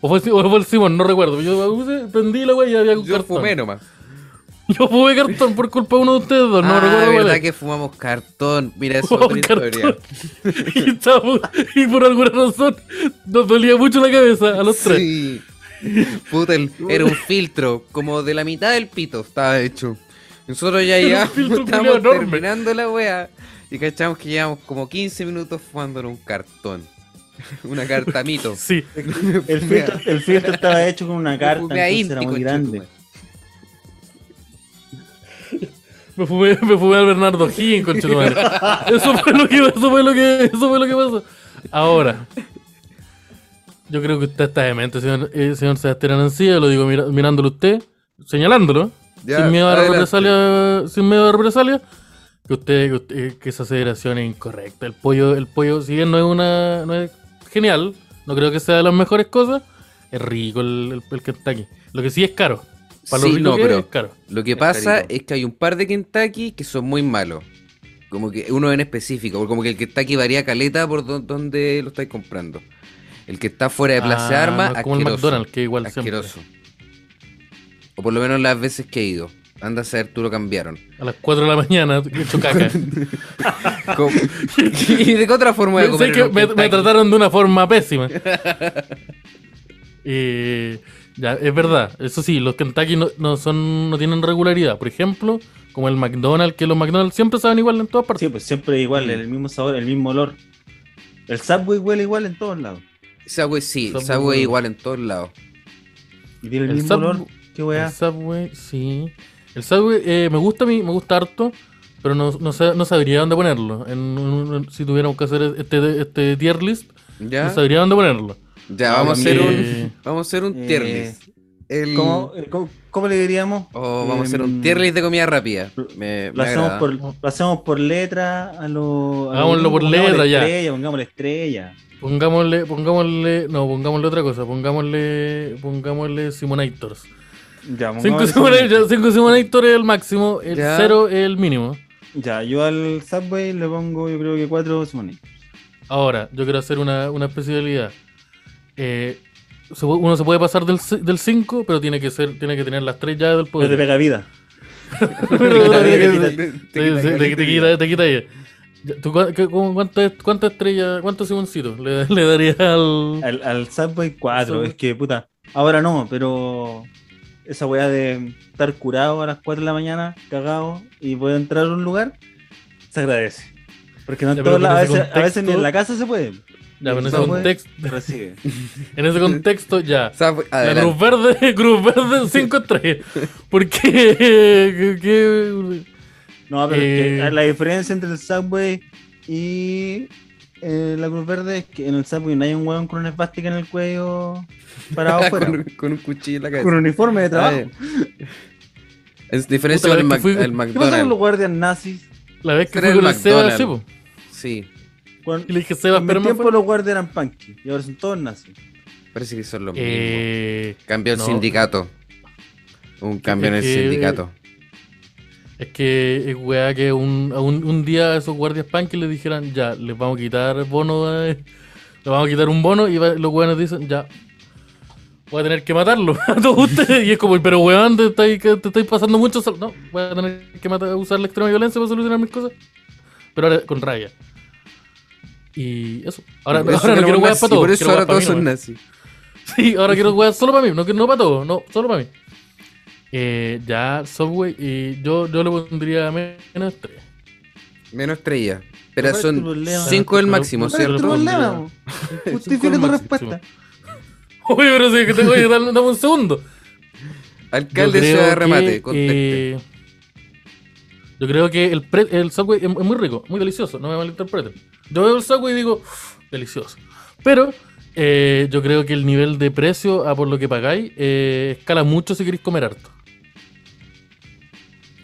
S1: O fue, o fue el Simón, no recuerdo. Yo puse, prendí la wea y había un
S2: Yo
S1: cartón.
S2: fumé nomás.
S1: Yo fumé cartón por culpa de uno de ustedes dos, no
S2: ah,
S1: recuerdo cuál
S2: verdad
S1: es.
S2: que fumamos cartón. Mira, eso es
S1: Fumamos
S2: otra historia.
S1: cartón. y, estábamos- y por alguna razón nos dolía mucho la cabeza a los tres.
S2: Sí. Puta, el- era un filtro, como de la mitad del pito estaba hecho. Nosotros
S1: Era
S2: ya
S1: un
S2: llegábamos,
S1: filtro
S2: estábamos
S1: culiao enorme.
S2: terminando la wea y cachamos que llevamos como 15 minutos fumando en un cartón. Una carta mito.
S1: Sí.
S3: El filtro, el filtro estaba hecho con una carta,
S2: Fumé a
S3: entonces era
S2: Inti,
S3: muy grande.
S2: conchetumare.
S1: Me fumé, me fumé al Bernardo Higgins, conchetumare. Eso fue lo que, eso fue lo que, eso fue lo que pasó. Ahora, yo creo que usted está demente, señor, eh, señor Sebastián Anancía, lo digo mira- mirándolo a usted, señalándolo,
S2: Ya,
S1: sin miedo a la
S2: adelante.
S1: represalia, sin miedo a la represalia, que usted, que usted- que esa aceleración es incorrecta. El pollo, el pollo, si bien no es una, no es genial, no creo que sea de las mejores cosas, es rico el, el, el Kentucky. Lo que sí es caro. Para lo
S2: Sí,
S1: rico
S2: no,
S1: que es,
S2: pero-
S1: es caro.
S2: Lo que
S3: Es
S2: pasa
S3: carito.
S2: es que hay un par de Kentucky que son muy malos. Como que uno en específico, porque como que el Kentucky varía caleta por don- donde lo estáis comprando. El que está fuera de Plaza de
S1: Ah,
S2: Armas,
S1: no es como el
S2: asqueroso.
S1: McDonald's, que igual siempre.
S2: asqueroso. O por lo menos las veces que he ido. Anda a saber, tú lo cambiaron.
S1: A las 4 de la mañana, he hecho caca.
S2: Como- ¿Y de qué otra forma de
S1: Sé
S2: comer?
S1: que
S2: en un
S1: me, me
S2: Kentucky?
S1: trataron de una forma pésima. Eh, ya, es verdad. Eso sí, los Kentucky no, no son, no tienen regularidad. Por ejemplo, como el McDonald's, que los McDonald's siempre saben igual en todas partes.
S3: Sí, pues siempre igual, el mismo sabor, el mismo olor. El Subway huele igual en todos lados.
S2: Subway sí,
S1: Subway.
S2: Subway igual en todos lados.
S3: Y tiene el,
S1: El
S3: mismo
S1: Subway-
S3: olor. Qué pues, weá.
S1: el Subway, sí. El Subway eh, me gusta a mí, me gusta harto, pero no, no, sa- no sabría dónde ponerlo. En un- si tuviéramos que hacer este, este tier list,
S2: ¿Ya?
S1: no sabría dónde ponerlo.
S2: Ya,
S3: No,
S2: vamos a hacer
S3: también-
S1: eh,
S2: un, vamos a hacer un tier
S3: Eh,
S2: list. El-
S3: ¿Cómo, eh, cómo- cómo le diríamos?
S2: Oh, vamos a hacer
S3: Em,
S2: un tier list de comida rápida. Me,
S3: Lo
S2: me
S3: hacemos,
S2: agrada.
S3: por, lo hacemos por letra a los.
S1: Hagámoslo por letra, ya.
S3: Estrella, pongámosle estrella.
S1: Pongámosle, pongámosle, no, pongámosle otra cosa, pongámosle, pongámosle Simonators.
S3: Ya,
S1: Cinco
S3: pongámosle
S1: Simonators, cinco Simonators es el máximo, el
S2: Ya.
S1: cero es el mínimo.
S3: Ya, yo al Subway le pongo, yo creo que cuatro Simone.
S1: Ahora, yo quiero hacer una, una especialidad. Eh, se pu- uno se puede pasar del, c- del 5, pero tiene que ser, tiene que tener las tres llaves del
S3: Pero te
S1: poder.
S3: pega vida.
S1: Sí,
S3: te-
S1: sí, Te te quita, te quita ella. Ya, ¿Tú cua- qué- cómo- cuánto es- ¿Cuántas estrellas, cuántos simoncitos le, le darías al,
S3: Al, al Subway cuatro,
S1: Subway.
S3: es que puta. Ahora no, pero esa weá de estar curado a las 4 de la mañana, cagado, y poder entrar a un lugar, se agradece. Porque no en
S1: Ya, pero
S3: todos
S1: con
S3: lados, a
S1: ese
S3: veces, a veces ni
S1: contexto-
S3: en la casa se puede.
S1: ya, en, ese
S2: Subway.
S1: contexto,
S3: Te recibe.
S1: en ese contexto, ya.
S2: Subway,
S1: La
S2: adelante.
S1: Cruz Verde, Cruz Verde 5 estrellas. ¿Por qué? ¿Qué- qué?
S3: No, pero es que
S1: Eh,
S3: la diferencia entre el Subway y eh, la Cruz Verde es que en el Subway no hay un hueón con una esvástica en el cuello parado afuera.
S2: con, con un cuchillo en la
S3: con
S2: cabeza.
S3: uniforme de trabajo.
S1: eh,
S2: Ah, ya. Es diferencia
S1: Puta, la
S2: del
S1: vez que
S2: Mac-
S1: fui-
S2: el
S1: ¿Qué
S3: ¿Qué pasa con los
S2: McDonald's.
S3: guardias nazis?
S1: La vez que
S2: Era
S1: fui
S2: el
S1: con el Seba,
S2: McDonald's.
S1: sí, po.
S2: Sí,
S3: Cuando-
S1: Y le dije, Seba, pues".
S3: en mi
S1: espera más.
S3: tiempo los guardias eran punky y ahora son todos nazis.
S2: parece que son los mismos.
S1: Eh,
S2: Cambió el
S1: no.
S2: sindicato. Un cambio en el
S1: que-
S2: sindicato.
S1: es que es weá que un, a un, un día a esos guardias punk le dijeran, ya, les vamos a quitar bono, eh, les vamos a quitar un bono y va- los weones dicen, ya, voy a tener que matarlo a todos ustedes. Y es como, pero weón, te estáis, te estáis pasando mucho. sal-". No, voy a tener que matar- usar la extrema violencia para solucionar mis cosas. Pero ahora con rabia. Y eso. Ahora,
S2: Por eso
S1: ahora no quiero
S2: éramos
S1: weas
S2: nazis,
S1: para todos.
S2: Por eso
S1: quiero weas
S2: ahora
S1: para
S2: todos
S1: mí
S2: son
S1: nomás.
S2: nazis.
S1: Sí, ahora quiero jugar solo para mí, no, que- no para todos, no, solo para mí. Eh, ya, Subway, y yo, yo le pondría menos 3.
S2: Menos estrella. Pero
S3: ¿Cuál es
S1: este
S3: tu
S2: son
S3: problema?
S2: 5 el
S1: Pero-
S2: máximo,
S1: pero-
S3: ¿Cuál es tu
S2: ¿cierto?
S3: problema?
S1: no.
S3: bo? Justifica tu
S1: máximo.
S3: respuesta.
S1: Oye, pero sí, que te oye, dame, dame un segundo. Yo
S2: Alcalde de
S1: creo
S2: Ciudad de
S1: que,
S2: Remate, conteste.
S1: eh, yo creo que el, pre- el Subway es, es muy rico, muy delicioso, no me malinterpreten. Yo veo el Subway y digo, "Uf, delicioso. Pero eh, yo creo que el nivel de precio a por lo que pagáis eh, escala mucho si queréis comer harto.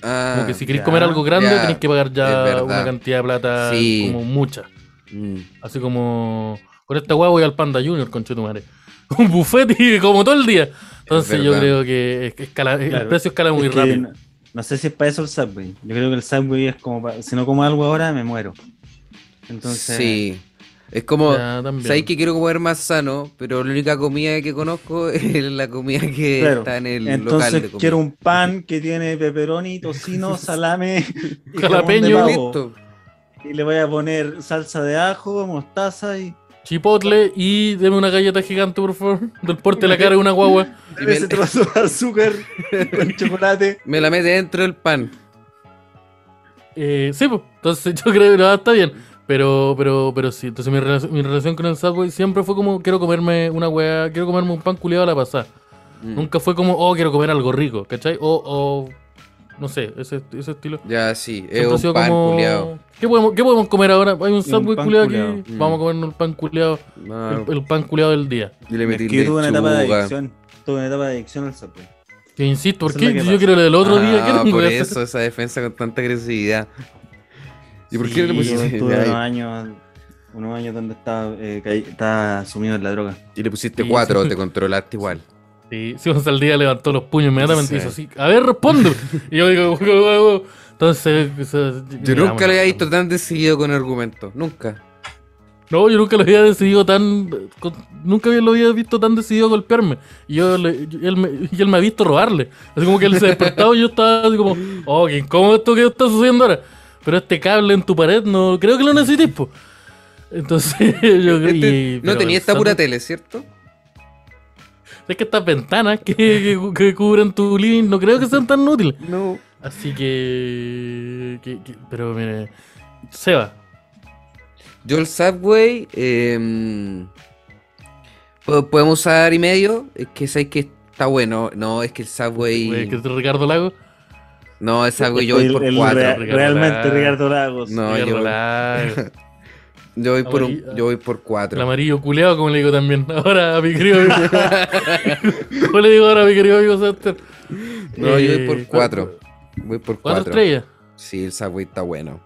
S2: Ah,
S1: Como que si queréis
S3: ya,
S1: comer algo grande,
S2: ya,
S1: tenéis que pagar
S2: es
S1: ya
S2: verdad.
S1: una cantidad de plata
S2: Sí.
S1: como mucha.
S2: mm.
S1: Así como, con esta guagua voy al Panda Junior, con madre. Un buffet y como todo el día. Entonces yo
S2: verdad.
S1: creo que es- escala- el
S3: Claro.
S1: precio escala muy
S3: Es que
S1: rápido.
S3: no, no sé si es para eso el Subway. Yo creo que el Subway es como para, si no como algo ahora me muero. Entonces,
S2: Sí. Es como,
S1: Ya, también.
S2: sabéis que quiero comer más sano, pero la única comida que conozco es la comida que
S3: Claro.
S2: está en el local
S3: Entonces
S2: de comida.
S3: quiero un pan que tiene pepperoni, tocino, salame y
S1: Jalapeño.
S3: jamón de pavo.
S2: Listo.
S3: Y le voy a poner salsa de ajo, mostaza y
S1: Chipotle y deme una galleta gigante, por favor. Del porte de la cara de una guagua.
S2: Y me-
S3: ese trozo de azúcar con chocolate.
S2: Me la mete dentro del pan.
S1: Eh, sí, pues. Entonces yo creo que no, está bien. Pero, pero, pero sí. Entonces mi, relac- mi relación con el Subway siempre fue como, quiero comerme una weá, quiero comerme un pan culiado a la pasada.
S2: Mm.
S1: Nunca fue como, oh, quiero comer algo rico, ¿cachai? O, o no sé, ese, ese estilo.
S2: Ya, sí. Es
S1: Siempre ha
S2: un
S1: sido
S2: pan
S1: como,
S2: culiado.
S1: ¿Qué podemos, qué podemos comer ahora? Hay un
S3: un
S1: Subway
S3: pan
S1: culiado
S3: culeado.
S1: aquí.
S2: Mm.
S1: Vamos a comernos el pan culiado,
S2: No,
S1: el, el pan culiado del día.
S2: y le
S3: Es
S2: metí
S3: que yo tuve una etapa de
S2: lechuga.
S3: adicción. Tuve una etapa de adicción al Subway.
S1: Que insisto, ¿por
S3: Esa es
S1: qué
S3: la que
S1: yo
S3: pasa.
S1: quiero el del otro día? ¿Qué
S2: Ah,
S1: tengo
S2: por
S1: que hacer?
S2: eso, esa defensa con tanta agresividad. ¿Y por qué no le
S3: Sí,
S2: pusiste?
S3: Estuve
S2: Ay,
S3: unos años, unos años donde estaba, eh, caí- estaba sumido en la droga.
S2: y le pusiste
S1: Sí.
S2: cuatro, te controlaste igual.
S1: Sí, si Gonzalo Díaz levantó los puños inmediatamente y
S2: Sí.
S1: hizo así. A ver, responde. y yo digo, "Guau, guau, guau". entonces. eso- ya,
S2: Yo nunca
S1: bueno.
S2: lo había visto tan decidido con argumentos. Nunca.
S1: No, yo nunca lo había decidido tan. con- nunca lo había visto tan decidido a golpearme. Y, yo le- y él me, y él me ha visto robarle. Así como que él se despertaba y yo estaba así como, oh, qué incómodo esto que está sucediendo ahora. Pero este cable en tu pared no creo que lo necesites, po. Entonces, yo creo
S2: Este-
S1: que.
S2: no tenía esta pura tele, ¿cierto?
S1: Es que estas ventanas que, que, que cubren tu living no creo que sean tan útiles.
S2: No.
S1: Así que, que- que- Pero mire. Seba.
S2: Yo el Subway. em, po- podemos usar y medio. Es que sabéis que está bueno. No, es que el
S1: güey, eh, que
S2: Subway.
S1: es Ricardo Lago.
S2: No, el Subway yo voy
S3: El-
S2: por
S3: el
S2: cuatro.
S3: rea-
S1: Ricardo
S3: realmente,
S1: Lagos.
S3: Ricardo Lagos.
S2: No,
S1: Ricardo
S2: yo-
S1: Lago.
S2: Yo voy por un,
S1: Amarillo-
S2: yo voy por
S1: El
S2: cuatro.
S1: amarillo culeado, como le digo también. Ahora a mi querido amigo. ¿Cómo le digo ahora a mi querido amigo Sester?
S2: No, yo voy por
S1: Eh,
S2: cuatro. Voy por
S1: ¿Cuatro
S2: cuatro.
S1: estrellas?
S2: Sí, el Subway está bueno.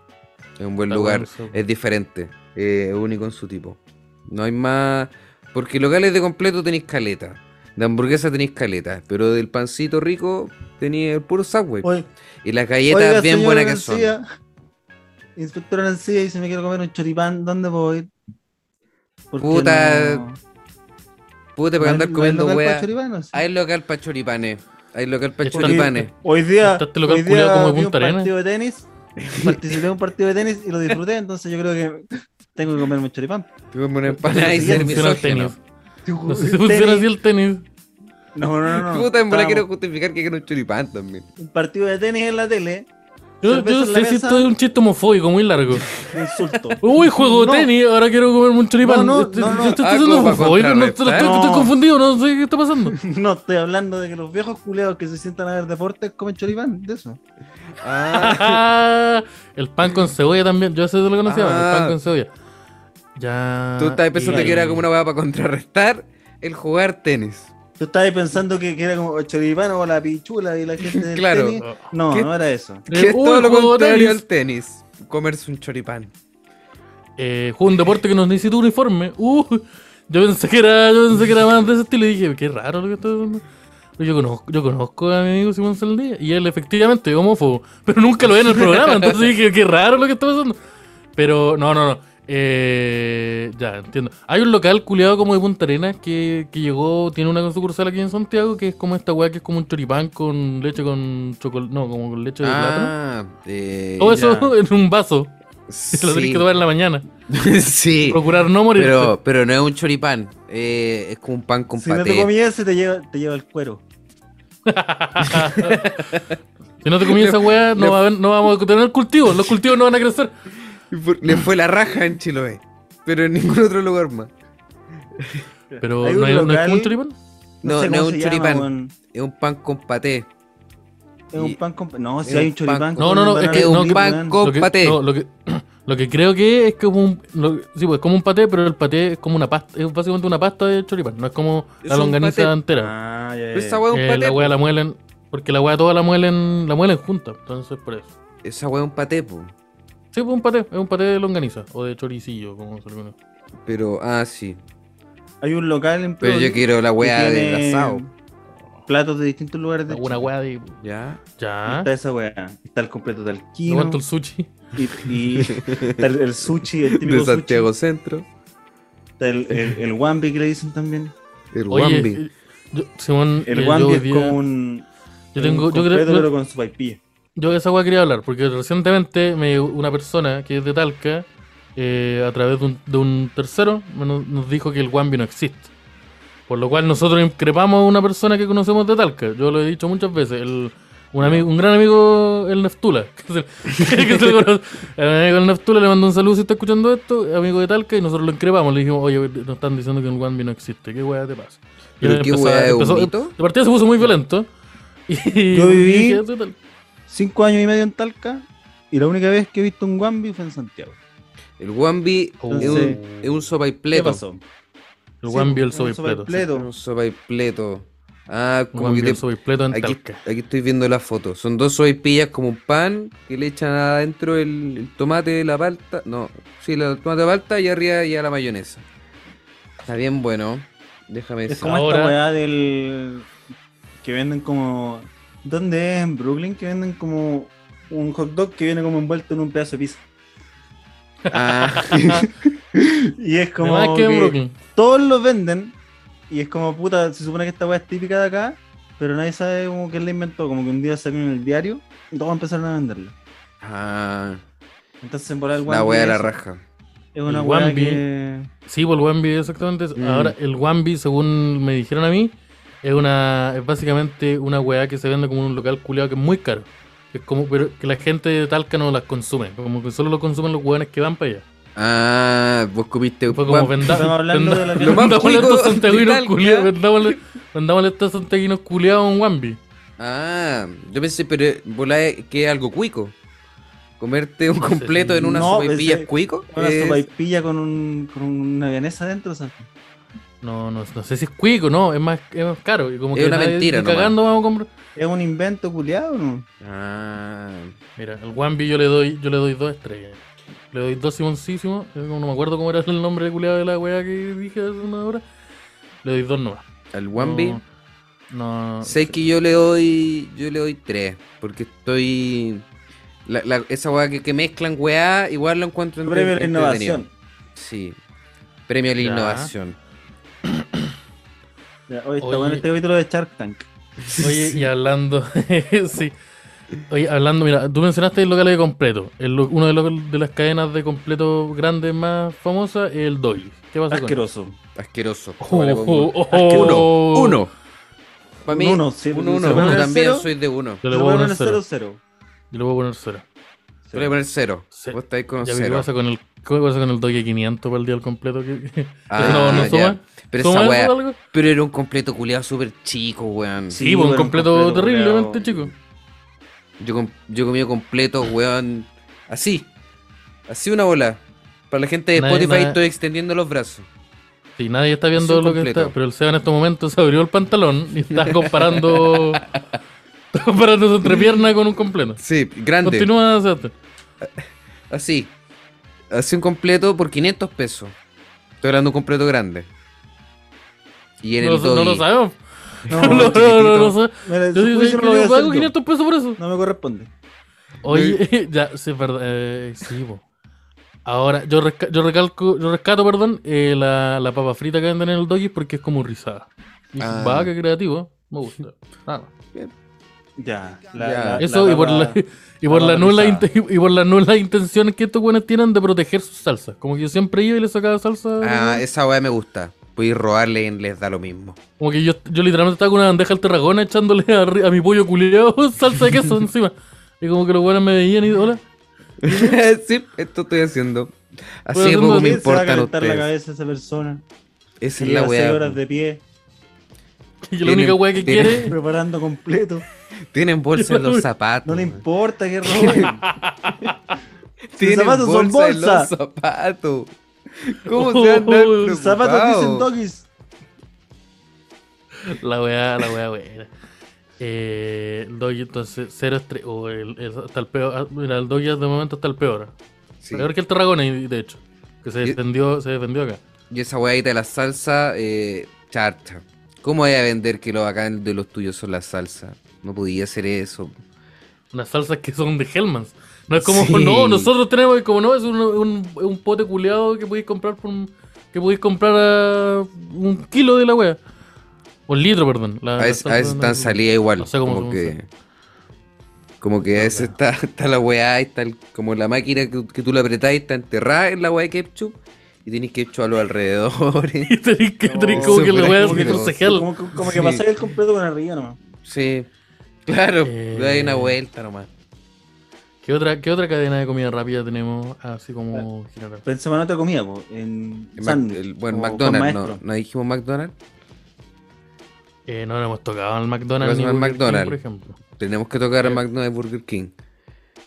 S2: Es un buen
S1: Está
S2: lugar.
S1: bueno el Subway.
S2: es diferente. eh, Es único en su tipo. No hay más. Porque locales de completo tenéis caleta. De hamburguesa tenéis caleta. Pero del pancito rico tenéis el puro Subway.
S3: Oye,
S2: Y las galletas
S3: oiga,
S2: bien
S3: señora
S2: buenas que son.
S3: Arancía. Inspector Arancía dice, me quiero comer un choripán, ¿dónde puedo ir? ¿Por qué
S2: Puta,
S3: no-
S2: Puta,
S3: ¿no
S2: para
S3: hay-
S2: andar
S3: no hay
S2: comiendo
S3: local para
S2: wea.
S3: choripanes?
S2: Hay local para choripanes. Hay local para
S1: Está-
S2: choripanes.
S3: Hoy día,
S1: Está este local
S3: hoy día
S1: culiao como de
S3: vi un
S1: Punta Arenas.
S3: partido de tenis, participé en un partido de tenis y lo disfruté, entonces yo creo que tengo que comerme un choripán.
S2: Tuve una empanada y ser
S1: funciona el
S2: misógino.
S1: tenis. No sé si funciona así el tenis.
S3: No, no, no. no.
S2: Puta, en bola
S3: Estábamos-
S2: quiero justificar que quiero un choripán también.
S3: Un partido de tenis en la tele,
S1: Yo,
S3: Cerveza
S1: yo
S3: en la
S1: sé si
S3: mesa.
S1: esto es un chiste homofóbico muy largo.
S3: un insulto.
S1: Uy, juego de
S3: No.
S1: tenis, ahora quiero comerme un choripán.
S3: No, no,
S1: Este-
S3: no, no.
S1: yo estoy
S2: Ah,
S1: haciendo
S2: como para
S1: homofóbico, no, estoy,
S2: contrarrestar.
S1: estoy- estoy
S3: No.
S1: confundido, no sé qué está pasando.
S3: No estoy hablando de que los viejos culeados que se sientan a ver deportes comen choripán, de eso.
S1: Ah, el pan con cebolla también, yo sé de lo que no se llama, el
S2: Ah.
S1: pan con cebolla. Ya.
S2: Tú estabas pensando
S1: y-
S2: que era como una wea para contrarrestar el jugar tenis.
S3: Tú estabas pensando que, que era como el choripán o la pichula y la gente del
S2: Claro.
S3: tenis. No,
S2: ¿Qué?
S3: no era eso.
S1: Eh,
S2: Que es
S1: uy,
S2: todo lo
S1: juego de
S2: contrario
S1: tenis.
S2: al tenis. Comerse un choripán.
S1: Eh, juego un deporte que no necesita uniforme. Uh, yo pensé que era, yo pensé que era más de ese estilo y dije, qué raro lo que está pasando. Yo conozco, yo conozco a mi amigo Simón Saldía y él efectivamente es homófobo, pero nunca lo ve en el programa, entonces dije, qué raro lo que está pasando. Pero no, no, no. Eh, ya, entiendo. Hay un local culiado como de Punta Arenas que, que llegó, tiene una sucursal aquí en Santiago que es como esta weá que es como un choripán con leche con chocolate, no, como con leche de plátano.
S2: Ah, eh,
S1: Todo eso
S3: ya.
S1: en un vaso. Y lo tenés
S2: sí.
S1: que tomar en la mañana.
S2: sí.
S1: Procurar no morir.
S2: Pero, pero no es un choripán. eh, es como un pan con
S3: si no te
S2: paté.
S3: comías ese, te lleva, te lleva el cuero.
S1: Si no te comí esa weá, no, va a haber- no vamos a tener cultivos. Los cultivos no van a crecer.
S2: Le fue la raja en Chiloé. Pero en ningún otro lugar más.
S1: Pero
S3: Hay
S1: no,
S3: un
S1: hay, no es
S3: local-
S1: como un choripán.
S2: No, no
S3: cómo
S2: es un
S3: se llama,
S2: choripán.
S3: weón.
S2: Es un pan con paté.
S1: Eh,
S3: Es un
S2: Y-
S3: pan con. No,
S2: es
S3: si hay
S2: un
S3: un choripán.
S2: pan-
S3: con
S1: No, no, no, es
S3: banana
S1: que
S3: de
S1: no-
S2: un pan
S3: weón.
S2: con-
S1: Lo que,
S2: paté.
S1: no, lo que, lo que creo que es como un. lo- sí, pues como un paté, pero el paté es como una pasta. Es básicamente una pasta de choripán. No es como
S2: Es
S1: la
S2: un
S1: longaniza
S2: paté.
S1: entera.
S3: Ah, ya, ya,
S2: Pero
S3: ya.
S2: esa hueá es un
S1: Eh,
S2: paté. pues.
S1: la
S2: po.
S1: weá la muelen. Porque la weá toda la muelen, la muelen junta. Entonces, por eso.
S2: Esa hueá es un paté, po.
S1: Sí, pues un paté. Es un paté de longaniza. O de choricillo, como se le conoce.
S2: Pero, ah, sí.
S3: Hay un local en
S2: Pero yo
S3: Puebla
S2: quiero la
S3: que
S2: hueá del
S3: tiene
S2: asado.
S3: Platos de distintos lugares de
S1: Una
S3: Chile.
S1: weá de.
S2: ¿Ya?
S1: Ya.
S3: Está esa weá. Está el completo de alquino.
S1: Aguanto el sushi.
S3: Y, y está el, el sushi, el típico
S2: De Santiago
S3: sushi.
S2: Centro.
S3: Está el, el, el wambi que le dicen también.
S2: El
S1: Oye,
S2: Wambi.
S1: eh, yo, Simón, eh,
S3: El
S1: yo
S3: wambi
S1: hoy
S3: es
S1: día-
S3: como un.
S1: Yo tengo,
S3: un
S1: yo
S3: completo,
S1: creo, yo,
S3: pero con su paipilla.
S1: yo de esa weá quería hablar, porque recientemente me llegó una persona que es de Talca, eh, a través de un, de un tercero, me no- nos dijo que el Wambi no existe. Por lo cual nosotros increpamos a una persona que conocemos de Talca. Yo lo he dicho muchas veces. El, un, amigo, un gran amigo, el Neftula. Que se, que se le conoce. El amigo el Neftula le mandó un saludo si está escuchando esto, amigo de Talca, y nosotros lo increpamos. Le dijimos, oye, nos están diciendo que el Wambi no existe. ¿Qué weá te pasa? Y
S2: ¿Pero
S1: él
S2: qué
S1: empezó a-
S2: hueá es
S1: empezó-
S2: un mito?
S1: De partida se puso muy violento. Y
S3: Yo viví-
S1: dije, "Eso y tal".
S3: Cinco años y medio en Talca. Y la única vez que he visto un wambi fue en Santiago.
S2: El Wambi
S1: oh,
S2: es,
S3: Entonces,
S2: un, es un
S3: ¿Qué
S2: sopaipleto.
S3: pasó?
S1: El
S3: Sí,
S1: Wambi el
S3: un
S1: sopaipleto. sí.
S3: sopaipleto.
S2: Un sopaipleto. Ah, como
S1: Como
S2: que
S1: envió
S2: te-
S1: el sobrepleto en
S2: aquí,
S1: Talca.
S2: aquí estoy viendo la foto. Son dos sopaipillas como un pan que le echan adentro el, el tomate, la palta. No, sí, la el tomate de palta y arriba ya la mayonesa. Está bien bueno. Déjame
S3: Es
S2: decir.
S3: como
S1: Ahora-
S3: esta weá del. que venden como. ¿Dónde es? En Brooklyn, que venden como un hot dog que viene como envuelto en un pedazo de pizza.
S2: Ah,
S3: Y es como.
S1: Además que en
S3: que
S1: Brooklyn.
S3: todos los venden. Y es como, puta, se supone que esta weá es típica de acá. Pero nadie sabe como quién la inventó. Como que un día salió en el diario y todos empezaron a venderla.
S2: ah,
S3: Entonces, por algo.
S2: la wea de la raja.
S3: Es una
S1: El
S3: weá
S1: Wambi.
S3: que.
S1: Sí, por el Wambi, exactamente. eso.
S2: Mm.
S1: Ahora, el Wambi, según me dijeron a mí, es una es básicamente una weá que se vende como en un local culiado que es muy caro. Que Es como, pero que la gente de Talca no las consume. Como que solo lo consumen los weones que van para allá.
S2: Ah, vos comiste
S1: Fue
S2: guan-
S1: como vendamos.
S3: Estamos hablando de la-
S2: Lo más cuico
S1: estos
S2: de
S1: santiaguinos
S2: Talca.
S1: culiados. Vendámosle, vendámosle a estos santiaguinos culiados un Wambi.
S2: Ah, yo pensé, pero volá es que es algo cuico. Comerte un completo en una
S3: No,
S2: sopaipilla
S3: pensé-
S2: es cuico.
S3: Una
S2: Es-
S3: sopaipilla con, un, con una vienesa adentro, ¿sabes?
S1: No, no, no sé si es cuico, no, es más, es más caro. Y como
S2: Es
S1: que
S2: una
S1: nadie-
S2: mentira
S1: ni
S2: nomás.
S1: cagando vamos a comprar.
S3: Es un invento culiado, ¿no?
S2: Ah,
S1: Mira, el Wambi yo le doy, yo le doy dos estrellas. Le doy dos simoncísimos. eh, No me acuerdo cómo era el nombre de culiado de la weá que dije hace una hora. Le doy dos nomás.
S2: al Wambi.
S1: No. no
S2: Sé que yo le doy. Yo le doy tres. Porque estoy. la- la- esa weá que, que mezclan weá, igual lo encuentro entre-
S3: Premio de la
S2: entretenido.
S3: innovación.
S2: Sí. Premio a la
S1: Ya.
S2: innovación.
S3: Ya, Oye, está
S1: Oye.
S3: bueno este capítulo de Shark Tank.
S1: Oye, y hablando. sí. Oye, hablando, mira, tú mencionaste el local de completo. El lo- uno de, los- de las cadenas de completo grandes más famosas es el Doyle. ¿Qué pasa con él?
S3: Asqueroso.
S2: Asqueroso.
S1: Oh,
S2: Vale, pongo un-
S1: oh,
S2: Asqueroso.
S1: oh.
S2: Uno. Para mí,
S3: Un
S2: uno,
S3: uno, sí,
S2: uno,
S3: se
S2: uno.
S1: puede poner
S2: También
S3: cero.
S2: soy de uno.
S1: Yo le voy a poner cero.
S3: 0-0.
S1: Yo le voy a poner cero.
S2: Voy a poner cero.
S1: Sí.
S2: Vos estáis con
S1: Ya, pero ¿qué
S2: cero.
S1: pasa con el, qué pasa con el Doyle 500 para el día del completo? ¿Qué- qué-
S2: Ah,
S1: no, no
S2: ya.
S1: suma.
S2: Pero
S1: ¿Suma
S2: esa
S1: eso
S2: weá.
S1: algo?
S2: Pero era un completo culiado súper chico, weón.
S1: Sí, pues, un
S3: bueno,
S1: completo,
S3: completo,
S1: terriblemente
S3: culiao.
S1: chico.
S2: Yo, com- yo comí completo, weón. Así. Así una bola. Para la gente de
S1: Nadie-
S2: Spotify
S1: nadie-
S2: estoy extendiendo los brazos.
S1: Sí, nadie está
S2: Sí,
S1: viendo
S2: un
S1: lo que
S2: completo.
S1: está. Pero el Seba en estos momentos se abrió el pantalón y está comparando. está comparando su entrepierna con un completo.
S2: Sí, grande.
S1: Continúa, Seba.
S2: Así. Así un completo por 500 pesos. Estoy hablando de un completo grande. Y en
S1: No,
S2: el
S1: lo- no lo
S2: doggy.
S1: sabemos.
S3: No,
S1: No, no,
S2: chiquitito.
S1: no, no sé.
S3: mira,
S1: Yo
S3: su
S1: digo
S3: juicio
S1: que
S3: no lo voy
S1: yo
S3: a
S1: pago
S3: hacer yo.
S1: 500 pesos por eso.
S3: No me corresponde.
S1: Oye, ya, sí, es verdad. eh, sí, po. Ahora, yo, resca- yo recalco, yo rescato, perdón, eh, la, la papa frita que venden en el doggy porque es como rizada. Y
S2: Ah.
S1: va, qué creativo. Me gusta. Ah.
S3: Ya.
S2: Ya.
S1: Eso y por la,
S3: papa-
S1: y por
S3: la
S1: la
S3: papa
S1: nula
S3: rizada.
S1: inten- y por las nulas intenciones que estos buenos tienen de proteger sus salsas. Como que yo siempre iba y le sacaba salsa.
S2: Ah, esa weá me gusta. Voy a robarle y les da lo mismo.
S1: Como que yo, yo literalmente estaba con una bandeja al terragona echándole a, ri- a mi pollo culeado salsa de queso encima. Y como que los buenos me veían y hola.
S2: sí, esto estoy haciendo. Así
S1: Pues,
S2: de poco
S1: no, sí,
S2: me
S3: Se va a
S2: importan
S3: calentar la
S2: ustedes.
S3: cabeza esa persona.
S2: Esa
S3: Se
S2: es la
S3: lleva 6
S2: weá.
S3: horas de pie,
S1: Y la
S2: Tienen-
S1: única weá que
S2: tienen-
S1: quiere.
S3: preparando completo.
S2: Tienen bolsa en los zapatos.
S3: No le
S2: weón.
S3: importa que roben.
S2: Tienen
S3: zapatos son
S2: bolsa en
S3: bolsa.
S2: los zapatos. ¿Cómo se andan
S1: Oh,
S2: preocupados?
S3: Los zapatos dicen doggies.
S1: La weá, la weá, buena. Eh, el doggy, entonces, cero estrellas. hasta el peor. ah, Mira, el doggy de momento está el peor.
S2: Sí.
S1: Peor que el Tarragona, y- de hecho. Que se
S2: Y-
S1: defendió, se defendió acá.
S2: Y esa weadita de la salsa, eh, charcha. ¿Cómo voy a vender que lo bacán de los tuyos son la salsa? No podía hacer eso.
S1: Ah, Unas salsas que son de Hellmans. No es como,
S2: Sí.
S1: no, nosotros tenemos, como no, es un, un, un pote culeado que podéis comprar por un, que podéis comprar a un kilo de la wea. O un litro, perdón. La-
S2: A
S1: la
S2: veces, a
S1: salsa
S2: veces
S1: no-
S2: están salida igual.
S1: no sé cómo
S2: como
S1: se
S2: que. Como que a veces está, está la weá, y está el- como la máquina que, que tú la apretás y está enterrada en la weá de ketchup. Y tenés ketchup a los alrededores.
S1: Y tenéis que, tenéis
S3: No,
S1: como que la
S2: súper
S1: wea es
S2: asqueroso.
S1: microcejal.
S3: Como, que- como
S2: Sí.
S3: que pasáis el completo con arriba nomás.
S2: sí. Claro.
S1: Eh.
S2: Le dais una vuelta nomás.
S1: ¿Qué otra, ¿Qué otra cadena de comida rápida tenemos así como
S2: Ah.
S1: general?
S3: Pensemos en otra comida, po, en
S2: El Mac-
S3: sándwich,
S2: el- bueno,
S3: o Juan
S2: McDonald's,
S3: Maestro.
S2: ¿no? ¿No dijimos McDonald's?
S1: Eh, no lo hemos tocado al McDonald's.
S2: Vamos
S1: ni
S2: al
S1: Burger King,
S2: McDonald's.
S1: Por ejemplo.
S2: Tenemos que tocar el McDonald's Burger King.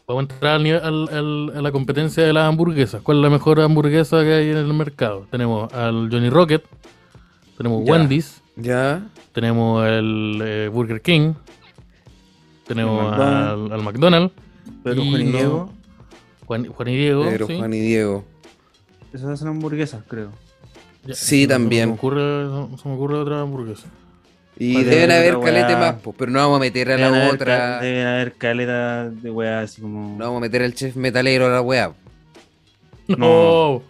S1: Vamos a entrar al nivel- al- al- a la competencia de las hamburguesas. ¿Cuál es la mejor hamburguesa que hay en el mercado? Tenemos al Johnny Rocket, tenemos
S3: Ya.
S1: Wendy's,
S2: Ya.
S1: Tenemos el eh, Burger King. Tenemos
S3: El
S1: al, al McDonald's.
S3: Pero
S1: Y
S3: Juan y
S1: no-
S3: Diego,
S1: Juan, Juan y Diego.
S2: Pedro,
S1: sí.
S2: Juan y Diego.
S3: esas hacen hamburguesas, creo.
S1: Ya,
S2: Sí,
S1: se me-
S2: también.
S1: Se me ocurre, no- se me ocurre otra hamburguesa.
S2: Y
S3: Juan y
S2: deben
S3: Diego,
S2: haber
S3: otra
S2: calete
S3: weá.
S2: más, po, pero no vamos a meter a
S3: Deben
S2: la
S3: haber
S2: otra.
S3: cal- Deben haber caleta de weá así como.
S2: No vamos a meter al chef metalero a la weá.
S1: No.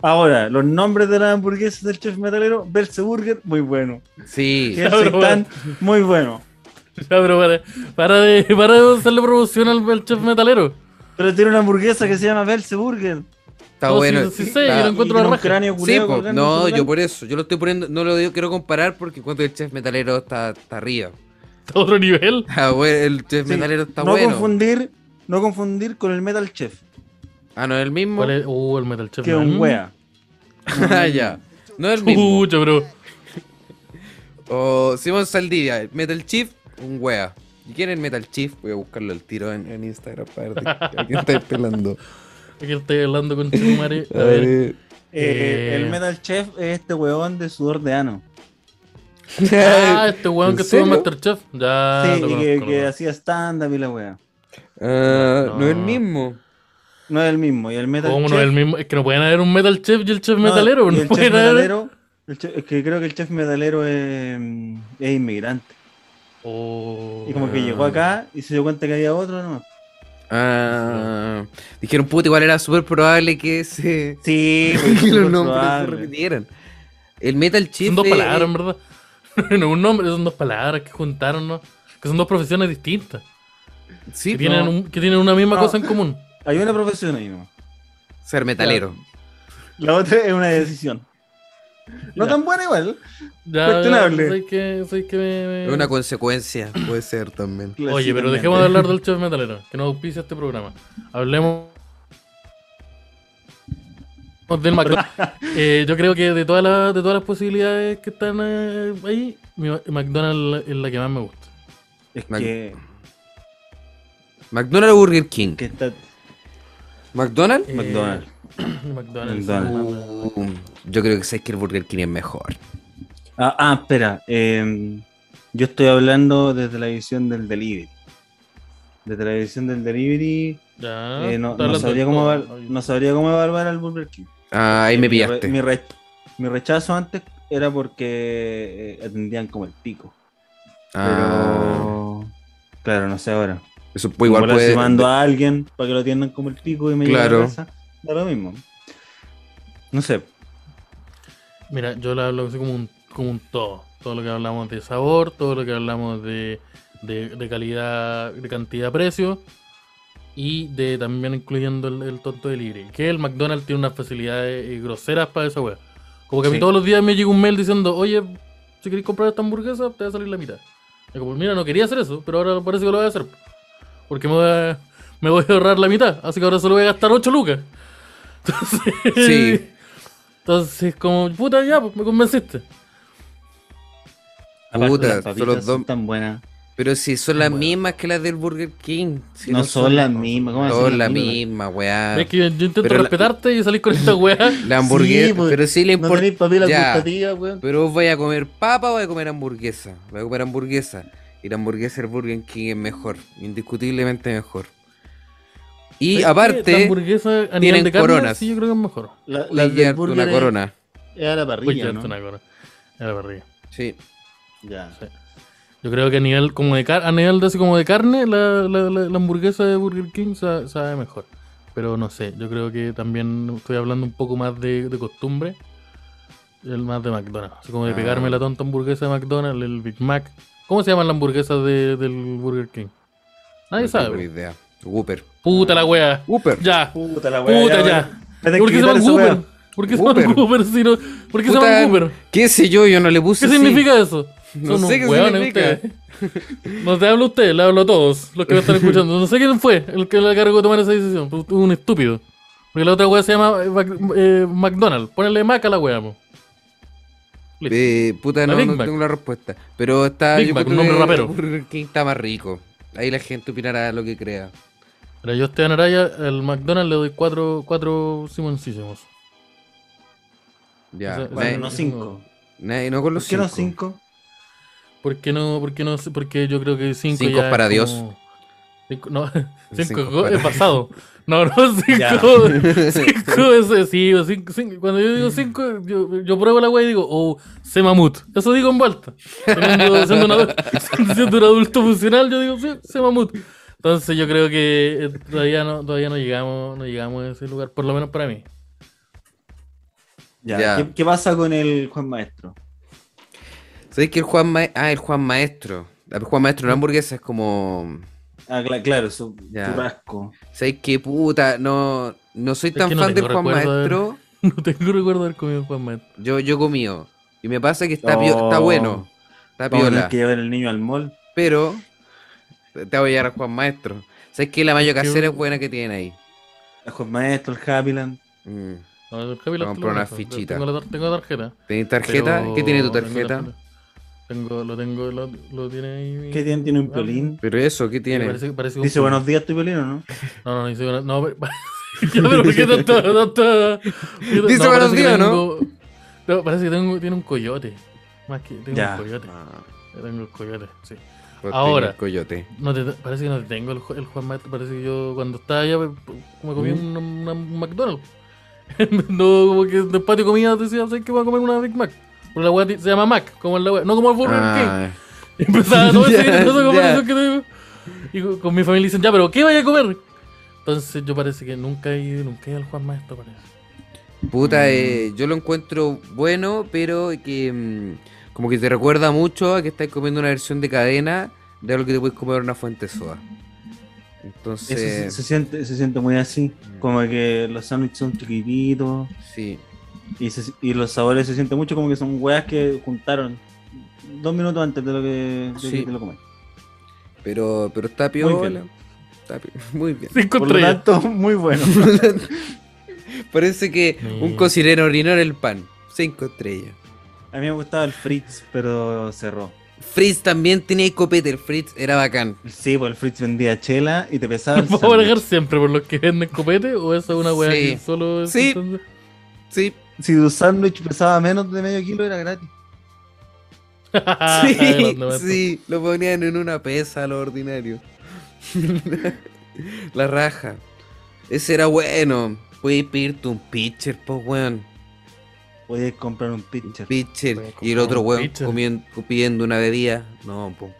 S3: Ahora, los nombres de las hamburguesas del chef metalero, Belze Burger, muy bueno.
S2: Sí.
S1: ¿Qué?
S3: Kelsen
S1: pero
S3: Tan, muy bueno.
S1: Ya, pero para, para de, para de hacerle promoción al, al chef metalero.
S3: Pero tiene una hamburguesa que se llama Belze Burger.
S2: Está
S1: No, sí,
S2: bueno.
S1: sí, sí,
S2: Está-
S1: yo lo
S3: Ah, Y
S1: encuentro
S3: tiene
S1: la
S3: un
S1: raja.
S3: cráneo
S2: Sí,
S3: culiao
S2: po,
S3: colgando
S2: no,
S3: en su
S2: yo
S3: plan.
S2: por eso, yo lo estoy poniendo, no lo digo- quiero comparar porque encuentro que el chef metalero está, está arriba.
S1: Está a otro nivel.
S2: Ah, bueno, el chef
S3: Sí,
S2: metalero está
S3: no
S2: bueno.
S3: confundir, no confundir con el Metal Chef,
S2: Ah, no es el mismo.
S1: ¿Cuál es? Uh, el metal chef.
S3: que es un
S1: Mm.
S3: wea.
S2: Ah, ya. No es el mismo.
S1: Pucha, pero.
S2: O Simón Saldivia, Metal Chief, un wea. ¿Y quién es Metal Chief? Voy a buscarlo al tiro en, en Instagram para ver de- a quién estáis pelando.
S1: Aquí estoy hablando con Chumare.
S2: A ver.
S3: Eh,
S1: Eh.
S3: El Metal Chef es este weón de sudor de ano.
S1: Ah, este weón
S2: ¿En
S1: que estuvo en
S2: serio?
S1: Masterchef. Ya.
S3: sí,
S1: lo
S3: y
S1: Ah, conozco,
S3: que,
S1: lo
S3: que
S1: conozco.
S3: hacía stand-up y la wea.
S2: Ah, no.
S1: No.
S2: es el mismo.
S3: No es el mismo. Y el Metal
S1: ¿Cómo
S3: Chef.
S1: Oh, no es el mismo? Es que no pueden haber un metal chef y el chef
S3: no,
S1: metalero.
S3: y
S1: No
S3: el chef
S1: pueden haber.
S3: metalero el chef- es que creo que el chef metalero es, mm, es inmigrante.
S1: Oh.
S3: Y como que
S2: Ah.
S3: llegó acá y se dio cuenta que había otro, ¿no?
S2: Ah, dijeron, puta, igual era súper probable que ese.
S3: Sí, pues,
S2: que los
S3: súper
S2: nombres se
S3: probable.
S2: repitieran. El Metal Chief.
S1: Son dos
S2: eh,
S1: palabras, en verdad. No es un nombre, son dos palabras que juntaron, ¿no? Que son dos profesiones distintas.
S2: Sí,
S1: que, tienen
S2: no,
S1: un- que tienen una misma
S3: No.
S1: cosa en común.
S3: Hay una profesión ahí, ¿no?
S2: ser metalero.
S3: La otra es una decisión. No
S1: Ya.
S3: tan buena igual.
S1: Ya,
S3: Cuestionable.
S1: ya, soy que, soy que me- me-
S2: Es una consecuencia, puede ser también.
S1: Oye, pero dejemos de hablar del chef metalero, que nos auspicia este programa. Hablemos del McDonald's. Eh, yo creo que de todas las, de todas las posibilidades que están eh, ahí, mi Ma- McDonald's es la que más me gusta.
S3: Es
S2: Mac-
S3: que,
S2: McDonald's o Burger King.
S3: que está
S2: ¿McDonald's?
S1: Eh,
S3: McDonald's.
S1: McDonald's.
S3: McDonald's.
S2: Uh, yo creo que sabes que el Burger King es mejor.
S3: Ah, ah, espera. eh, yo estoy hablando desde la visión del delivery. Desde la visión del delivery,
S1: Ya,
S3: eh, no,
S1: Ah, está
S3: no
S1: hablando
S3: sabría
S1: de
S3: cómo
S1: todo.
S3: eval- no sabría cómo evaluar al Burger King.
S2: Ah, ahí me
S3: Mi re-
S2: pillaste.
S3: Mi, re- mi rechazo antes era porque eh, atendían como el pico.
S2: Ah,
S3: Pero. Claro, no sé ahora.
S2: eso pu- Pues igual
S3: Igual
S2: puede.
S3: si mando a alguien para que lo atiendan como el pico y me lleven
S2: Claro.
S3: a la casa, da lo mismo. No sé.
S1: Mira, yo lo hablo así como un, como un todo. Todo lo que hablamos de sabor, todo lo que hablamos de, de, de calidad, de cantidad, precio. Y de también incluyendo el, el tonto de libre. Que el McDonald's tiene unas facilidades eh, groseras para esa wea. Como que a mí
S3: Sí.
S1: todos los días me llega un mail diciendo, oye, si queréis comprar esta hamburguesa, te va a salir la mitad. Y como, mira, no quería hacer eso, pero ahora parece que lo voy a hacer. Porque me voy a, me voy a ahorrar la mitad. Así que ahora solo voy a gastar 8 lucas. Entonces,
S2: Sí.
S1: entonces, como, puta, ya, pues, me convenciste.
S3: Aparte,
S2: Puta,
S3: las papitas
S2: solo dos-
S3: son tan buenas.
S2: Pero si son las
S1: Bueno.
S2: mismas que las del Burger King. Si
S3: no, son las mismas. ¿cómo
S2: Son las
S3: hacen las
S2: mismas, weá.
S1: Es que yo, yo intento
S2: Ah. Pero la-
S1: respetarte y salís con esta weá.
S2: La hamburguesa.
S3: Sí, pues,
S2: pero sí le
S3: No
S2: importa.
S3: tenéis papila
S2: Ya.
S3: gustativa, weón.
S2: Pero vos vais a comer papa o vais a comer hamburguesa. Voy a comer hamburguesa. Y la hamburguesa del Burger King es mejor. Indiscutiblemente mejor.
S1: ¿Sabes qué?
S2: Y
S1: La
S2: aparte,
S1: hamburguesa a
S2: tienen
S1: nivel de carne,
S2: coronas.
S1: sí, yo creo que es mejor.
S3: La,
S2: voy a
S3: la del
S2: llevarte una
S3: burger es-
S2: corona.
S3: es a la
S1: Uy,
S3: parrilla,
S1: ya,
S3: ¿no?
S1: una corona. Ya la perdí.
S2: Sí.
S3: Ya.
S1: Yo creo que a nivel como de car- a nivel de así como de carne, la, la- la- la hamburguesa de Burger King sa- sabe mejor. Pero no sé, yo creo que también estoy hablando un poco más de, de costumbre. El más de McDonald's. Así como de
S2: Ah.
S1: pegarme la tonta hamburguesa de McDonald's, el Big Mac. ¿Cómo se llaman las hamburguesas de- del Burger King? Nadie
S2: no tengo
S1: sabe.
S2: idea. Whopper.
S1: Puta la wea.
S2: Whopper.
S1: Ya.
S3: Puta la weá.
S1: Puta
S3: weón.
S1: ya.
S3: Tenés
S1: ¿Por
S3: que
S1: qué se
S3: quitar
S1: llaman
S3: esa
S1: Whopper?
S3: weá.
S1: ¿Por qué se llaman
S2: Whopper.
S1: Whopper? si no- ¿Por qué se
S2: Puta,
S1: llaman Whopper?
S2: ¿Qué sé yo? Yo no le puse.
S1: ¿Qué
S2: así.
S1: significa eso?
S2: No
S1: Son
S2: sé
S1: unos
S2: qué
S1: hueones
S2: significa.
S1: ustedes. No te hablo a usted, le hablo a todos los que me están escuchando. No sé quién fue el que le cargó de tomar esa decisión. pero usted es Un estúpido. Porque la otra wea se llama eh, Mac- eh, McDonald's. Ponele Mac a la wea, po. Listo.
S2: Eh, puta,
S1: La
S2: no,
S1: Big
S2: no
S1: Mac.
S2: tengo la respuesta. Pero está.
S1: Big
S2: yo
S1: Mac,
S2: creo
S1: nombre
S2: que
S1: rapero.
S2: Burger King está más rico. Ahí la gente opinará lo que crea.
S1: Mira, yo a Esteban Araya, al McDonald's le doy cuatro, cuatro simoncísimos.
S2: Ya.
S1: Eso-
S2: nadie,
S3: Bueno, no cinco.
S2: Nadie- no con
S3: ¿Por
S2: los
S3: qué
S2: cinco.
S3: no cinco?
S1: ¿Por qué no? ¿Por qué no? Porque yo creo que 5
S2: Cinco es para Dios.
S1: Cinco, no, 5
S2: cinco es para-
S1: es pasado. No, no, 5
S3: Ya.
S1: es excesivo. cinco- cinco- Cuando yo digo 5, yo, yo pruebo la wea y digo, oh, sé mamut. Eso digo en vuelta. Siendo, siendo un adu- siendo un adulto funcional, yo digo, sí, sé mamut. Entonces yo creo que eh, todavía no, todavía no llegamos, no llegamos a ese lugar, por lo menos para mí.
S3: Ya.
S2: Ya.
S3: ¿Qué, qué pasa con el Juan Maestro?
S2: ¿Sabéis que el Juan Maestro? Ah, el Juan Maestro. Ah, El Juan Maestro, la hamburguesa es como.
S3: Ah, cla- claro, su
S2: Ya.
S3: churrasco.
S2: ¿Sabéis qué puta? No, no soy
S1: Es
S2: tan
S1: que no
S2: fan del
S1: tengo
S2: Juan
S1: recuerdo de-
S2: Maestro.
S1: No tengo recuerdo de haber comido Juan Maestro.
S2: Yo, yo comido. Y me pasa que está,
S3: No.
S2: pio- está bueno. Está
S3: Vamos a tener
S2: piola.
S3: que llevar el niño al mall.
S2: Pero te voy a llevar a Juan Maestro. ¿Sabes qué? La mayo casera es buena que tienen ahí.
S3: El Juan Maestro, el Happyland.
S2: Mm.
S1: No, el Happy Lab
S2: Vamos a
S1: te lo
S2: comprar una
S1: conozco.
S2: fichita.
S1: Tengo, la tar- tengo tarjeta.
S2: ¿Tenés tarjeta?
S1: pero-
S2: ¿Qué tiene tu
S1: tengo
S2: tarjeta?
S1: tarjeta. Tengo, lo tengo, lo, lo tiene ahí. mi-
S3: ¿Qué tiene? Tiene un
S1: Ah,
S3: violín.
S2: Pero eso, ¿qué
S1: sí,
S2: tiene?
S1: parece que- parece que un
S3: Dice
S1: piolín.
S3: buenos días tu violín, ¿o no?
S1: No, no, no dice buenos No, pero. ya, pero ¿por qué tanto- tanto-
S2: Dice
S1: no,
S2: buenos
S1: parece que
S2: días, ¿no?
S1: tengo- No, parece que tengo, tiene un coyote. Más que. Tengo
S3: Ya.
S1: un coyote.
S2: Ah,
S1: Tengo el coyote, sí.
S2: pues
S1: Ahora.
S2: tenía Coyote.
S1: No te, parece que no te tengo el, Ju- el Juan Maestro. Parece que yo cuando estaba allá me me comí
S2: ¿Mm?
S1: una- una- un McDonald's. no, como que en el patio de comida decía, ¿sabes qué? Voy a comer una Big Mac. Pero la weá ti- se llama Mac, como la weá. No como el Burger King.
S2: Ah,
S1: Y empezaba todo ese
S2: Ya,
S1: esa
S2: ya.
S1: conversación que tengo. Y con, con mi familia dicen, ya, pero ¿qué vaya a comer? Entonces yo parece que nunca he ido, nunca he ido al Juan Maestro, parece.
S2: puta, eh, yo lo encuentro bueno, pero que mm, como que te recuerda mucho a que estás comiendo una versión de cadena de algo que te puedes comer en una fuente de soda.
S3: Eso se,
S2: Entonces,
S3: se siente, se siente muy así.
S2: Mm.
S3: Como que los sándwiches son chiquititos.
S2: sí.
S3: Y, se- y los sabores se sienten mucho como que son weas que juntaron dos minutos antes de lo que, de
S2: Sí.
S3: que te lo comes.
S2: Pero, pero está
S3: bien.
S2: piola. Está pi- Muy bien.
S1: Cinco
S3: Por lo
S1: estrellas.
S3: tanto, muy bueno.
S2: Parece que un
S1: Mm.
S2: cocinero orinó en el pan. Cinco estrellas.
S3: A mí me gustaba el Fritz, pero cerró.
S2: Fritz también tenía copete. El Fritz era bacán.
S3: Sí, pues el Fritz vendía chela y te pesaba el
S1: ¿Vamos a bregar
S3: sándwich.
S1: siempre por los que venden copete o esa es una weá
S2: Sí.
S1: que solo es
S2: Sí.
S1: entonces?
S2: Sí.
S3: Si tu sándwich pesaba menos de medio kilo, era gratis.
S2: Sí,
S1: Ay, grande, maestro.
S2: sí, lo ponían en una pesa, lo ordinario. la raja. Ese era bueno. Puedes pedirte un pitcher, pues, weón.
S3: Podías comprar un pitcher.
S2: Pitcher.
S1: Puedes
S2: Y
S1: comprar
S2: el otro
S1: un
S2: weón
S1: pitcher.
S2: comien- pidiendo una bebida. No, pues.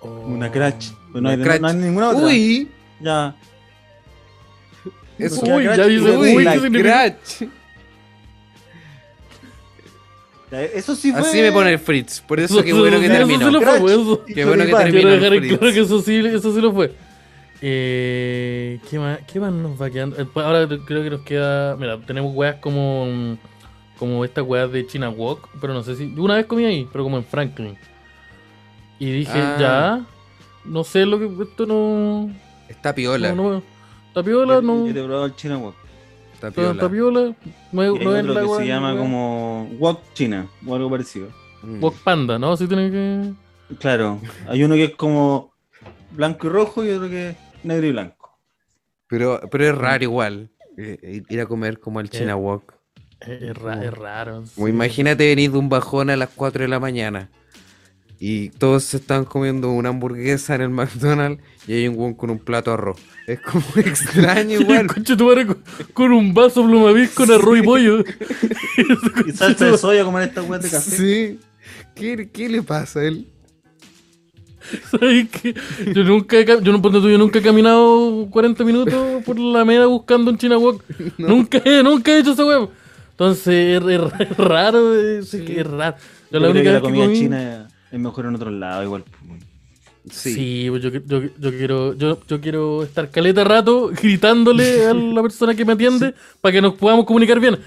S1: Oh.
S3: Una crash. Pues no,
S2: Una
S3: hay,
S2: Crash.
S3: no hay ninguna otra.
S2: Uy,
S3: Ya.
S2: eso
S3: Porque la
S1: Uy, ya
S3: Crash-
S1: dice,
S3: uy,
S2: uy,
S1: ¿qué
S2: la
S1: significa?
S2: Crash.
S3: ya, Eso sí fue.
S2: Así me pone el Fritz. Por eso, qué bueno que
S1: sí, eso
S2: terminó.
S1: sí lo fue,
S3: Crash.
S1: pues, eso.
S3: Y
S2: Qué bueno que
S3: choripán.
S2: terminó.
S1: Quiero
S2: el
S1: dejar en
S2: Fritz.
S1: claro que eso sí, eso sí lo fue. Eh, ¿qué, más, ¿Qué más nos va quedando? Eh, pues Ahora creo que nos queda. Mira, tenemos weas como. Como estas weas de China Walk. Pero no sé si. Yo una vez comí ahí, pero como en Franklin. Y dije,
S2: Ah.
S1: ya. No sé lo que. Esto no.
S2: Está piola.
S1: No, no me- Tapiola,
S3: Yo-
S1: no.
S3: Yo te probaba el China Wok.
S2: Está piola.
S1: Tapiola. No
S3: Y hay
S1: no es
S3: otro
S1: la
S3: que
S1: wea-
S3: se llama
S1: wea.
S3: como Wok China o algo parecido.
S2: Mm.
S1: Wok Panda, ¿no? Sí tiene que.
S3: Claro, hay uno que es como blanco y rojo y otro que es negro y blanco.
S2: Pero, pero es raro igual. eh, eh, Ir a comer como al China Walk.
S1: Es, es ra- es raro.
S2: O
S1: sí.
S2: imagínate venir de un bajón a las 4 de la mañana. Y todos se están comiendo una hamburguesa en el McDonald's y hay un weón con un plato de arroz. Es como extraño
S1: Y el
S2: igual.
S1: conche tu madre con, con un vaso plumavis con arroz y pollo.
S3: Y salsa de soya como en estas weas de café.
S2: Sí. ¿Qué, qué le pasa a él?
S1: ¿Sabes qué? Yo nunca he, cam- yo, no- ponte tú, yo nunca he caminado 40 minutos por la meda buscando un China Walk. Nunca, he, nunca he hecho esa web. Entonces es, es- es raro, es, es que es raro. Yo la
S3: Yo creo
S1: única
S3: que la
S1: vez que
S3: comida
S1: comí-
S3: china es mejor en otros lados, igual. pues,
S1: Sí,
S2: Sí.
S1: pues yo, yo, yo quiero, yo, yo quiero estar caleta rato gritándole a la persona que me atiende para que nos podamos comunicar bien.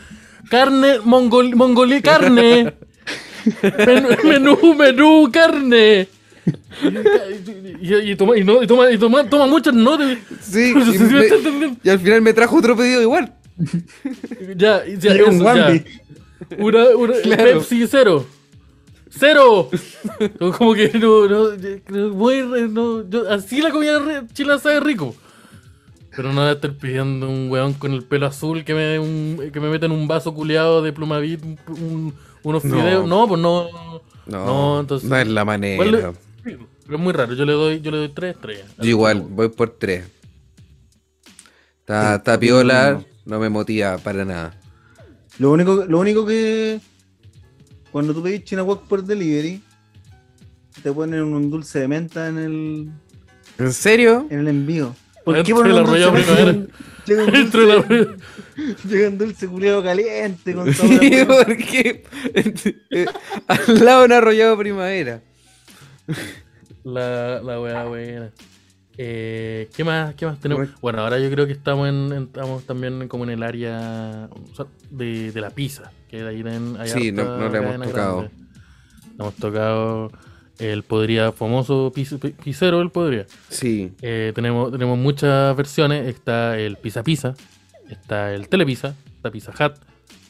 S1: Carne, mongol, mongolí, carne. menú, menú, menú, carne. Y, y- y toma, y, no, y toma, y toma, toma muchas notas.
S2: Sí.
S1: No sé
S2: y,
S1: si me
S2: me-
S1: está entendiendo.
S2: y al final me trajo otro pedido igual.
S1: Ya, y ya,
S3: Y un
S1: eso, ya.
S3: Wambi.
S1: Una, una-
S2: Claro.
S1: Pepsi cero. ¡Cero! Como que no, no, no, voy, re- no, yo- así la comida re- chila sabe rico. Pero no voy a estar pidiendo un weón con el pelo azul que me, dé un- que me meta en un vaso culeado de plumavit un- un- unos
S2: No.
S1: fideos. No, pues no.
S2: No,
S1: No, entonces-
S2: no es la manera.
S1: ¿Cuál le- Sí, Pero es muy raro, yo le doy, yo le doy tres estrellas.
S2: Yo igual, voy por tres. Está, está piola, no me motiva para nada.
S3: Lo único, lo único que cuando tú pedís China Walk por delivery, te ponen un dulce de menta en el,
S2: ¿En serio?
S3: en el envío. ¿Por
S1: Entre
S3: qué ponen
S1: la
S3: un dulce de
S1: Royal
S3: menta? Llega un
S1: Entre
S3: dulce,
S1: la-
S3: llega un dulce culiado caliente con sabor a
S2: Sí,
S3: huevo.
S2: porque eh, al lado de un arrollado primavera.
S1: La, la weá buena. Eh, ¿Qué más? ¿Qué más tenemos?
S2: Bueno.
S1: Bueno, ahora yo creo que estamos en, en- estamos también como en el área o sea, de, de la pizza, que de ahí en
S2: Sí, no- no le hemos tocado.
S1: Hemos tocado el podría, famoso piz- pi- pizzero, el podría.
S2: Sí.
S1: Eh, tenemos, tenemos muchas versiones. Está el Pizza Pizza, está el Telepizza, está Pizza Hut,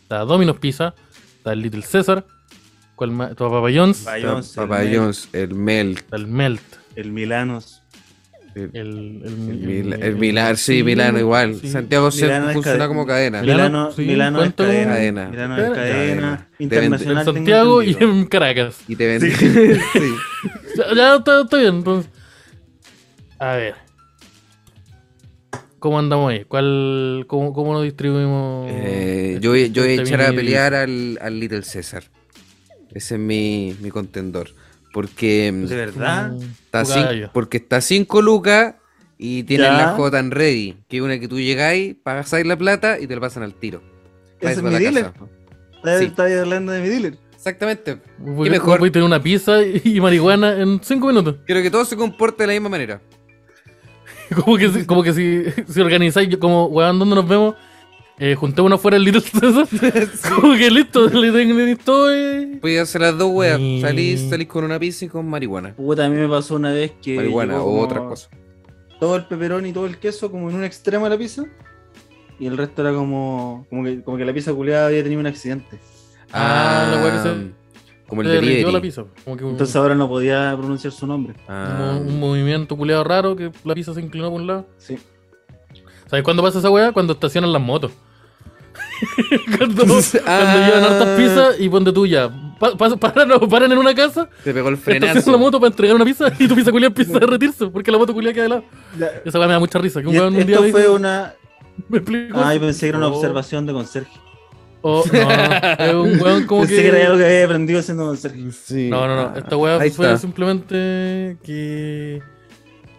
S1: está Domino's Pizza, está el Little César, ¿cuál más? está Papa John's, está
S3: Bayons,
S2: Papá
S3: el, Mel-
S2: John's, el Mel,
S1: el Melt,
S3: el Milanos.
S2: el,
S1: el, el,
S2: el
S1: el-
S2: Mil-
S1: el-
S2: el Milán, sí,
S1: sí,
S2: Milano igual.
S1: sí.
S2: Santiago se
S3: Milano es
S2: funciona
S3: cade-
S2: como cadena.
S1: Milano,
S3: Milano,
S1: sí,
S3: Milano es
S1: cuento con-
S3: cadena.
S2: Cadena.
S3: Milano es
S1: Cadena.
S3: cadena.
S2: Cadena.
S1: En
S3: Internacional. tengo
S1: Santiago y
S3: entendido.
S1: en Caracas.
S2: Y te venden. sí.
S1: Ya, ya está, está bien, entonces. A ver. ¿Cómo andamos ahí? ¿Cuál, cómo, ¿Cómo nos
S3: Oh,
S1: distribuimos?
S2: Eh,
S1: este-
S2: yo, voy- yo voy a
S1: este
S2: echar a
S1: mini-
S2: pelear al, al Little César. Ese es mi, mi contendor. Porque mm,
S3: De verdad.
S2: está,
S1: jugada
S2: cin-
S1: yo.
S2: porque está 5 lucas y tienen
S3: Ya.
S2: la J en ready. Que es una que tú llegáis, pagáis la plata y te la pasan al tiro. Traes
S3: Ese es
S2: para
S3: mi
S2: la
S3: dealer.
S2: casa.
S3: Estaba
S2: Sí.
S3: estaba hablando de mi dealer.
S2: Exactamente.
S1: Voy,
S2: Y mejor.
S1: voy a tener una pizza y, y marihuana en 5 minutos.
S2: Quiero que todo se comporte de la misma manera.
S1: Como que, si- como que si, si organizáis, yo como, weón, ¿dónde nos vemos? Eh, juntémonos fuera el Little César. Como que listo, le tengo todo. eh.
S2: Voy a hacer las dos weas.
S1: Y-
S2: Salís, salís con una pizza y con marihuana.
S3: Puta, a mí me pasó una vez que.
S2: Marihuana
S3: llegó
S2: o
S3: como
S2: otra cosa.
S3: Todo el peperón y todo el queso como en un extremo de la pizza. Y el resto era como. como que, como que la pizza culiada había tenido un accidente.
S1: Ah, la wea que se-
S2: Como el
S1: Se derritió
S2: delivery.
S1: Eh, la pizza. Como
S2: Mm.
S1: que un-
S3: Entonces ahora no podía pronunciar su nombre.
S2: Ah,
S1: Un, un movimiento culeado raro que la pizza se inclinó por un lado.
S3: Sí.
S1: ¿Sabes cuándo pasa esa weá? Cuando estacionan las motos. cuando, cuando
S2: Ah.
S1: llevan hartas pizzas y ponte tuya. Pa, pa- paran, no, paran en una casa,
S2: te pegó el
S1: estacionan la
S2: frenazo.
S1: moto para entregar una pizza y tu pizza culia empieza a derretirse porque la moto culia queda de lado. Esa weá me da mucha risa. Que un
S3: Y
S1: weón un día
S3: esto
S1: me
S3: fue
S1: dijo-
S3: una.
S1: ¿Me explico?
S3: Ah, yo pensé que era una
S1: Oh,
S3: observación de conserje.
S1: oh, no, es un weón como
S3: pensé
S1: que.
S3: que... era algo que había aprendido haciendo conserje.
S2: Sí.
S1: No, no, no. Esta weá
S2: Ah, Ahí
S1: fue
S2: está.
S1: simplemente que.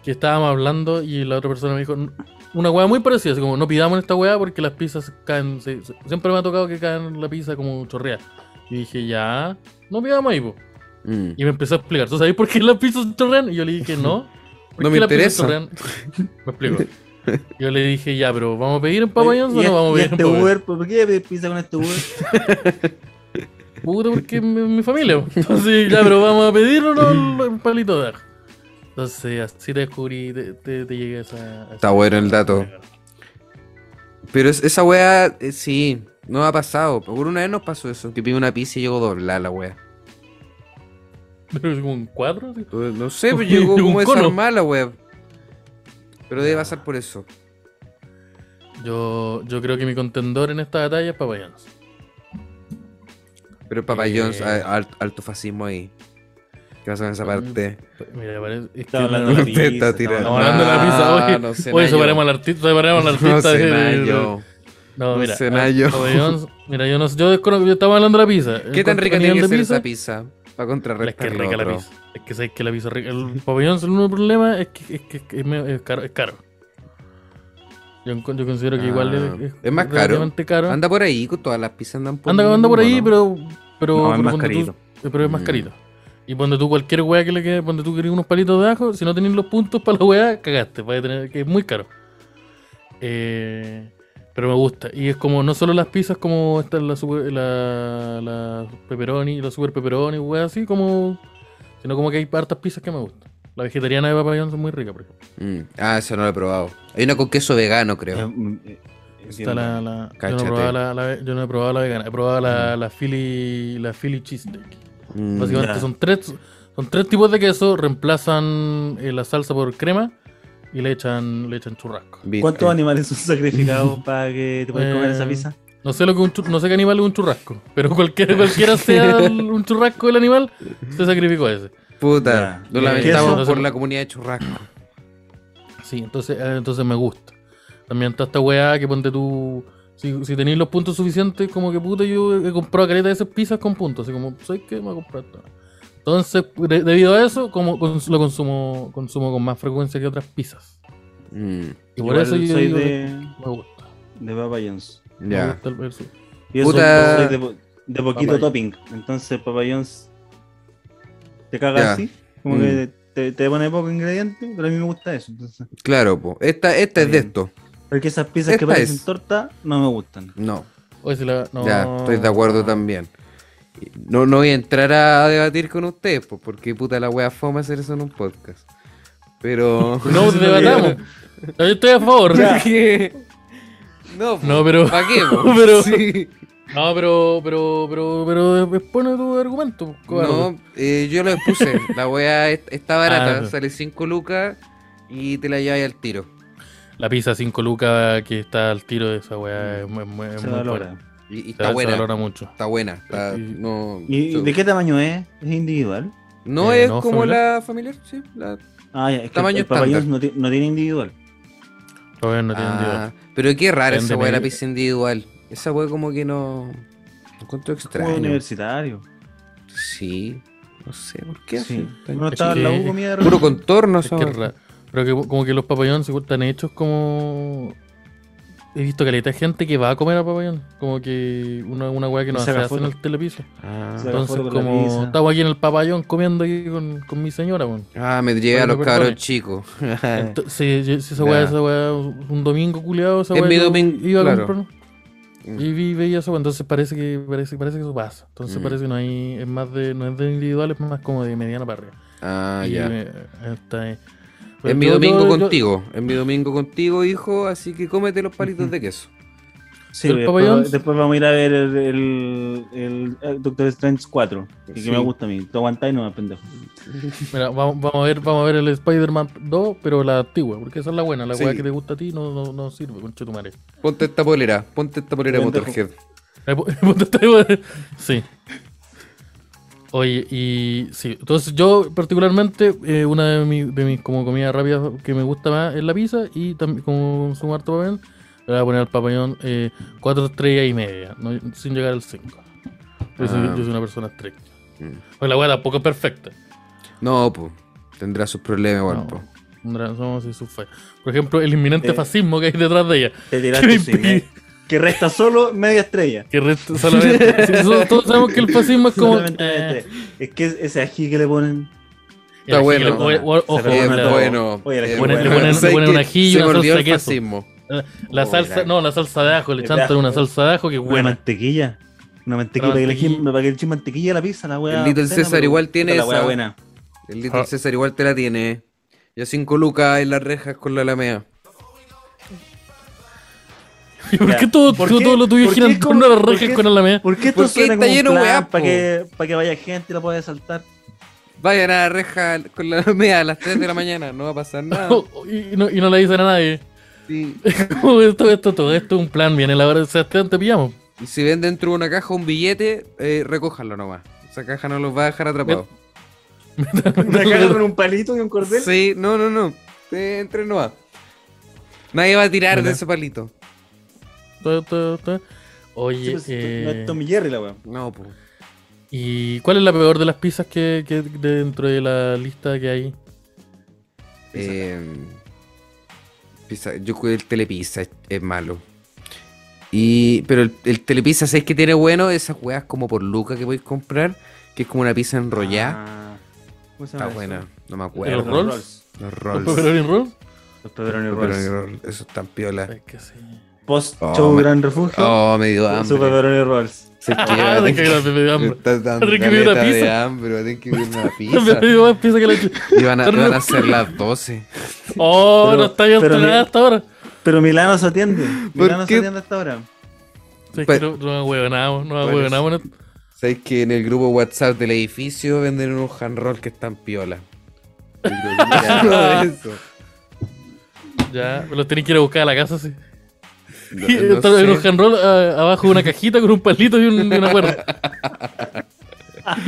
S1: que estábamos hablando y la otra persona me dijo "N- una weá muy parecida. Así como, no pidamos en esta weá porque las pizzas caen. se- se- siempre me ha tocado que caen la pizza como chorrea. Y dije, ya, no pidamos ahí, po.
S2: Mm.
S1: Y me empezó a explicar, ¿tú sabes por qué las pizzas chorrean? Y yo le dije, no. ¿por
S2: No
S1: qué
S2: me
S1: las pizzas
S2: interesa.
S1: chorrean?" me explico. Yo le dije, ya, pero ¿vamos a pedir en Papa John's o
S3: y,
S1: no vamos pues, a pedir
S3: y
S1: en
S3: este
S1: Papa John's?
S3: Uber, ¿por qué pedís pizza con este Uber?
S1: Puta, porque es mi, mi familia. po. Entonces, ya, pero vamos a pedirlo no el palito de ajo. Entonces, así te descubrí, te, te, te llegué a esa. a
S2: Está
S1: esa-
S2: bueno el dato. Pero es- esa weá, eh, sí, no ha pasado. Por una vez nos pasó eso, que pide una pizza y llegó doblada la weá.
S1: Pero es como un cuadro. así.
S2: Eh, No sé, pues llegó
S1: Llegó un
S2: como
S1: cono.
S2: desarmada la weá. Pero debe pasar por eso.
S1: Yo, yo creo que mi contendor en esta batalla es Papayanos.
S2: Pero Papa
S1: Eh.
S2: John's, a- alto, alto fascismo ahí. ¿Qué pasa con esa parte?
S1: Mira, parece. Es que
S3: Estaba hablando de la
S2: Usted
S3: pizza.
S2: está
S3: estaba
S2: tirando.
S1: Estamos hablando de la
S2: Ah,
S1: pizza, oye.
S2: no sé,
S1: oye,
S2: Nayo.
S1: separemos al artista, separemos al
S2: No
S1: artista.
S2: sé,
S1: de-
S2: nada,
S1: de-
S2: yo-
S1: No,
S2: No
S1: mira.
S2: sé,
S1: a-
S2: Nayo.
S1: Papa John's- mira, yo no sé, yo desconozco, yo estaba hablando de la pizza.
S2: ¿Qué tan
S1: Encuentro
S2: rica
S1: a
S2: tiene
S1: nivel
S2: que
S1: de
S2: ser esa pizza? Para
S1: Es que
S2: contrarrestar
S1: es
S2: lo
S1: rica la
S2: otro.
S1: pizza. Es que sabes que la pizza es rica. El pabellón, el único problema es que es, que, es, que es medio- es caro, es caro. Yo, encon- yo considero que igual
S2: Ah,
S1: es,
S2: es más caro.
S1: relativamente caro. Anda,
S2: Anda por ahí, con todas las pizzas andan por
S1: anda, por ahí,
S2: ¿no?
S1: pero. pero
S3: No, es
S1: pero
S3: más
S1: ponte tú-
S3: carito.
S1: eh, pero es más
S2: Mm.
S1: carito. Y ponte tú cualquier weá que le quede, ponte tú querés unos palitos de ajo, si no tenés los puntos para la weá, cagaste. Vas a tener, que es muy caro. Eh, pero me gusta. Y es como, no solo las pizzas, como esta, la super, la, la pepperoni, la super pepperoni, weá, así como. Sino como que hay hartas pizzas que me gustan. La vegetariana de papayón es muy rica, por ejemplo.
S2: Mm, Ah, eso no lo he probado. Hay una con queso vegano, creo.
S3: Eh, eh,
S1: Está la, la- yo, no he
S2: Cáchate.
S1: probado la, la- yo no he probado la vegana, he probado
S3: Mm.
S1: la, la Philly, la Philly cheesesteak.
S2: Mm,
S1: Básicamente
S3: Ya.
S1: son tres son tres tipos de queso, reemplazan eh, la salsa por crema y le echan, le echan churrasco.
S3: ¿Cuántos animales son sacrificados para que te puedas comer esa
S1: Eh,
S3: pizza?
S1: No sé lo que un chu- no sé qué animal es un churrasco, pero cualquiera, cualquiera sea el- un churrasco del animal, se sacrificó a ese.
S2: Puta,
S3: Ya.
S2: lo
S3: ¿Y el
S2: lamentamos
S1: queso?
S2: por la comunidad de churrasco.
S1: Sí, entonces, eh, entonces me gusta. También está esta weá que ponte tú. Si, si tenéis los puntos suficientes, como que puta, yo he comprado caleta de esas pizzas con puntos. Así como, ¿sabes qué? Me voy a comprar esta. Entonces, de- debido a eso, como cons- lo consumo, consumo con más frecuencia que otras pizzas.
S2: Mm,
S1: Y por
S3: Igual
S1: eso yo
S3: soy
S1: digo que
S3: de,
S1: me gusta.
S3: de Papa John's.
S2: ya.
S1: Me gusta el, el sur.
S3: Yo
S2: Puta.
S3: soy, soy de, po- de poquito
S1: Papa John's.
S3: topping. Entonces Papa John's te caga
S2: Ya.
S3: así. Como
S2: Mm.
S3: que te, te pone poco ingrediente, pero a mí me gusta eso. Entonces,
S2: Claro, po. Esta, esta es de
S3: Bien.
S2: esto.
S3: porque esas pizzas
S2: Esta
S3: que parecen
S2: es.
S3: torta no me gustan.
S2: No,
S1: Oye, si la- no,
S2: ya, estoy de acuerdo también. No, no voy a entrar a, a debatir con ustedes, po, porque puta la wea fome hacer eso en un podcast. Pero.
S1: No, debatamos. Yo estoy a favor.
S3: Ya.
S2: no, po.
S1: No, pero.
S2: ¿Pa' qué, po?
S1: Pero-
S2: Sí.
S1: No, pero, pero, pero, pero expone tu argumento. pues, cobarde.
S2: No, eh, yo lo expuse. La wea es- está barata,
S1: Ah.
S2: sale 5 lucas y te la lleváis al tiro.
S1: La pizza 5 lucas que está al tiro de esa weá es, mu- es mu- es
S3: Se
S1: muy
S3: valora.
S1: buena.
S2: Y, y
S1: Se,
S2: está
S1: se
S2: buena.
S1: valora mucho.
S2: Está buena. está-
S1: Y-
S2: no,
S3: ¿Y
S2: so-
S3: de qué tamaño es? ¿Es individual?
S2: no
S1: eh,
S2: es
S1: no,
S2: como
S1: familiar?
S2: la familiar, sí. la-
S3: Ah, ya, es que
S2: Tamaño
S3: el Papa
S2: estándar.
S3: John's no, ti- no tiene individual.
S1: Todavía no tienen
S2: Ah, pero qué rara esa
S1: Depende
S2: wea de la
S1: medio.
S2: pizza individual. Esa wea como que no. lo Encuentro
S3: Como
S2: extraño.
S3: universitario.
S2: Sí. No sé por qué.
S3: Sí.
S2: hacen tan-
S3: Uno estaba en la U comida de
S2: Puro
S3: repente.
S2: contorno,
S1: Es
S2: esa
S1: que
S2: wea.
S1: es raro. Pero que como que los papayón se están hechos como. He visto caleta de gente que va a comer a papayón. Como que una, una weá que no
S3: Y
S1: se
S3: saca
S1: hace en
S3: foto.
S1: el telepiso.
S2: Ah.
S3: Saca
S1: Entonces,
S3: foto con la
S1: como
S3: pizza.
S1: estamos aquí en el papayón comiendo aquí con, con mi señora, weón.
S2: Ah, me llegué a
S1: Bueno,
S2: los
S1: perdone.
S2: cabros chicos.
S1: Ento- Sí, yo- sí, esa weá,
S2: Ya.
S1: esa weá, un domingo culiado, esa
S2: Es
S1: weá
S2: mi
S1: yo
S2: domingo,
S1: iba a
S2: claro.
S1: comprar,
S2: Mm.
S1: Y vi, veía eso, entonces parece que, parece, parece que eso pasa. Entonces
S2: Mm.
S1: parece que no hay, es más de, no es de individual, es más como de mediana para arriba.
S2: Ah,
S1: Y,
S2: ya.
S1: eh, está ahí. Pero
S2: Es mi
S1: yo-
S2: domingo
S1: yo- yo-
S2: contigo. Es mi domingo contigo, hijo. Así que cómete los palitos de queso.
S3: Sí,
S1: ¿El Papa
S3: después,
S1: John's?
S3: después vamos a ir a ver el, el, el- el Doctor Strange 4, que, que
S2: Sí.
S3: me gusta a mí. Tú aguantás y no me pendejo.
S1: Mira, vamos, vamos a ver, vamos a ver el Spider-Man 2, pero la antigua, porque esa es la buena, la
S2: Sí.
S1: weá que te gusta a ti no, no, no sirve, conche tu madre.
S2: Ponte esta polera. Ponte esta polera
S3: Ponte-
S2: Motorhead.
S1: sí. Oye, y sí, entonces yo particularmente, eh, una de, mi- de mis como comidas rápidas que me gusta más es la pizza y también como consumo harto papayón, le voy a poner al papayón eh, cuatro estrellas y media, no- sin llegar al 5. Yo, soy-
S2: Ah.
S1: yo soy una persona estricta.
S2: Mm.
S1: Porque la hueá tampoco es perfecta.
S2: No, pues. Tendrá sus problemas, igual,
S1: No,
S2: po.
S1: tendrá- somos así sus fallas. Por ejemplo, el inminente
S3: Eh.
S1: fascismo que hay detrás de ella.
S3: Te
S1: ¿Qué
S3: tiraste sin
S1: impide?
S3: media- Que resta solo media estrella.
S1: Que resta solamente- si nosotros todos sabemos que el fascismo es como.
S3: Solamente media
S1: eh,
S3: estrella. Es que ese ají que le ponen.
S1: Y la
S2: este. Está bueno.
S1: gente le- o- o- Ojo,
S3: Pero
S2: Eh,
S3: bueno,
S1: la,
S2: bueno,
S3: oye, le
S2: eh,
S3: ponen- le
S2: bueno.
S1: ponen- le
S2: ¿Sabes
S1: ponen
S2: qué?
S1: un ajillo,
S2: Se
S1: una
S2: me
S1: salsa
S2: olvidó
S1: de
S2: el
S1: queso.
S2: fascismo.
S1: la
S2: Oh,
S1: salsa,
S2: gran.
S1: no, la salsa de ajo, le
S3: De
S1: chantan una
S3: ajo.
S1: salsa de ajo que es
S3: Una
S1: buena.
S3: mantequilla. Una mantequilla,
S1: Una
S3: para que le
S1: mantequilla.
S3: echen- para que le echen mantequilla a la pizza, la wea.
S2: El Little
S3: obscena,
S2: César
S3: pero
S2: igual tiene
S3: puta, La wea
S2: esa-
S3: buena.
S2: El Little
S1: Ah.
S2: César igual te la tiene. Ya 5 lucas en las rejas con la Alameda.
S1: ¿Y ¿Por
S3: Ya.
S1: qué todo,
S3: ¿Por
S1: todo,
S3: qué-
S1: lo tuyo
S3: por
S1: gira
S3: qué
S1: en
S3: es
S1: torno a
S3: como-
S1: las
S3: por
S1: rejas
S3: qué-
S1: con Alameda?
S3: ¿Por qué esto
S2: ¿Por qué
S3: suena
S2: está
S3: como un
S2: lleno,
S3: plan
S2: wea,
S3: para
S2: po?
S3: que, para que vaya gente y la pueda saltar?
S2: Vayan a la reja con la Alameda a las 3 de la mañana, no va a pasar nada.
S1: Oh, y, y no, y no le dicen a nadie.
S2: Sí.
S1: Como esto, esto, todo esto es un plan, viene la hora de Sebastián, te pillamos.
S2: Y si ven dentro de una caja un billete, eh, recójanlo nomás. Esa caja no los va a dejar atrapados.
S3: Una caja con un palito y un cordel.
S2: Sí, no, no, no. Eh, entren nomás. Nadie va a tirar
S1: Mira.
S2: de ese palito.
S1: Ta, ta, ta.
S3: Sí,
S1: Oye,
S3: pues, No
S1: eh,
S3: es Tommy Jerry la wea.
S2: No, pues.
S1: ¿y cuál es la peor de las pizzas que, que dentro de la lista que hay?
S2: Eh, yo creo que el telepizza es, es malo. Y, pero el, el telepizza, ¿sabes qué tiene bueno? Esas weas como por Luca que podéis comprar, que es como una pizza enrollada.
S3: Ah. ¿Cómo se
S2: Está
S3: llama eso?
S2: buena, no me
S1: ¿Los
S2: acuerdo.
S1: rolls? ¿Los
S2: Los rolls.
S1: pepperoni rolls?
S3: Los pepperoni
S2: Los
S3: rolls.
S2: pepperoni rolls, Eso es tan piola.
S1: Es que sí.
S3: Post
S2: Oh,
S3: show
S2: me-
S3: Gran Refugio.
S2: Oh, me dio
S3: su
S2: hambre.
S3: pepperoni rolls.
S2: Se
S1: Ah, de que la me dio hambre.
S2: Estás dando
S1: Tengo que pedir una
S2: caleta de
S1: pizza.
S2: hambre, bro, tengo que pedir una
S1: Me
S2: pizza.
S1: dio más pizza que la chucha.
S2: Y van a, van a ser las 12.
S1: Oh,
S3: Pero-
S1: no está bien
S3: pero
S1: entrenada
S3: mira-
S1: hasta ahora.
S3: Pero Milano se atiende. Milano
S2: qué?
S3: se atiende hasta ahora.
S1: Sí, es
S2: Pe-
S1: que no, no ahueonamos, no
S2: Bueno,
S1: ahueonamos, no-
S2: ¿Sabes que en el grupo WhatsApp del edificio venden unos hand roll que están piola? Yo creo que era algo de eso.
S1: Ya, los tenés que ir a buscar a la casa, sí.
S2: No-
S1: Y
S2: no
S1: está en un
S2: sé.
S1: handroll a- abajo de una cajita con un palito y, un- y una cuerda.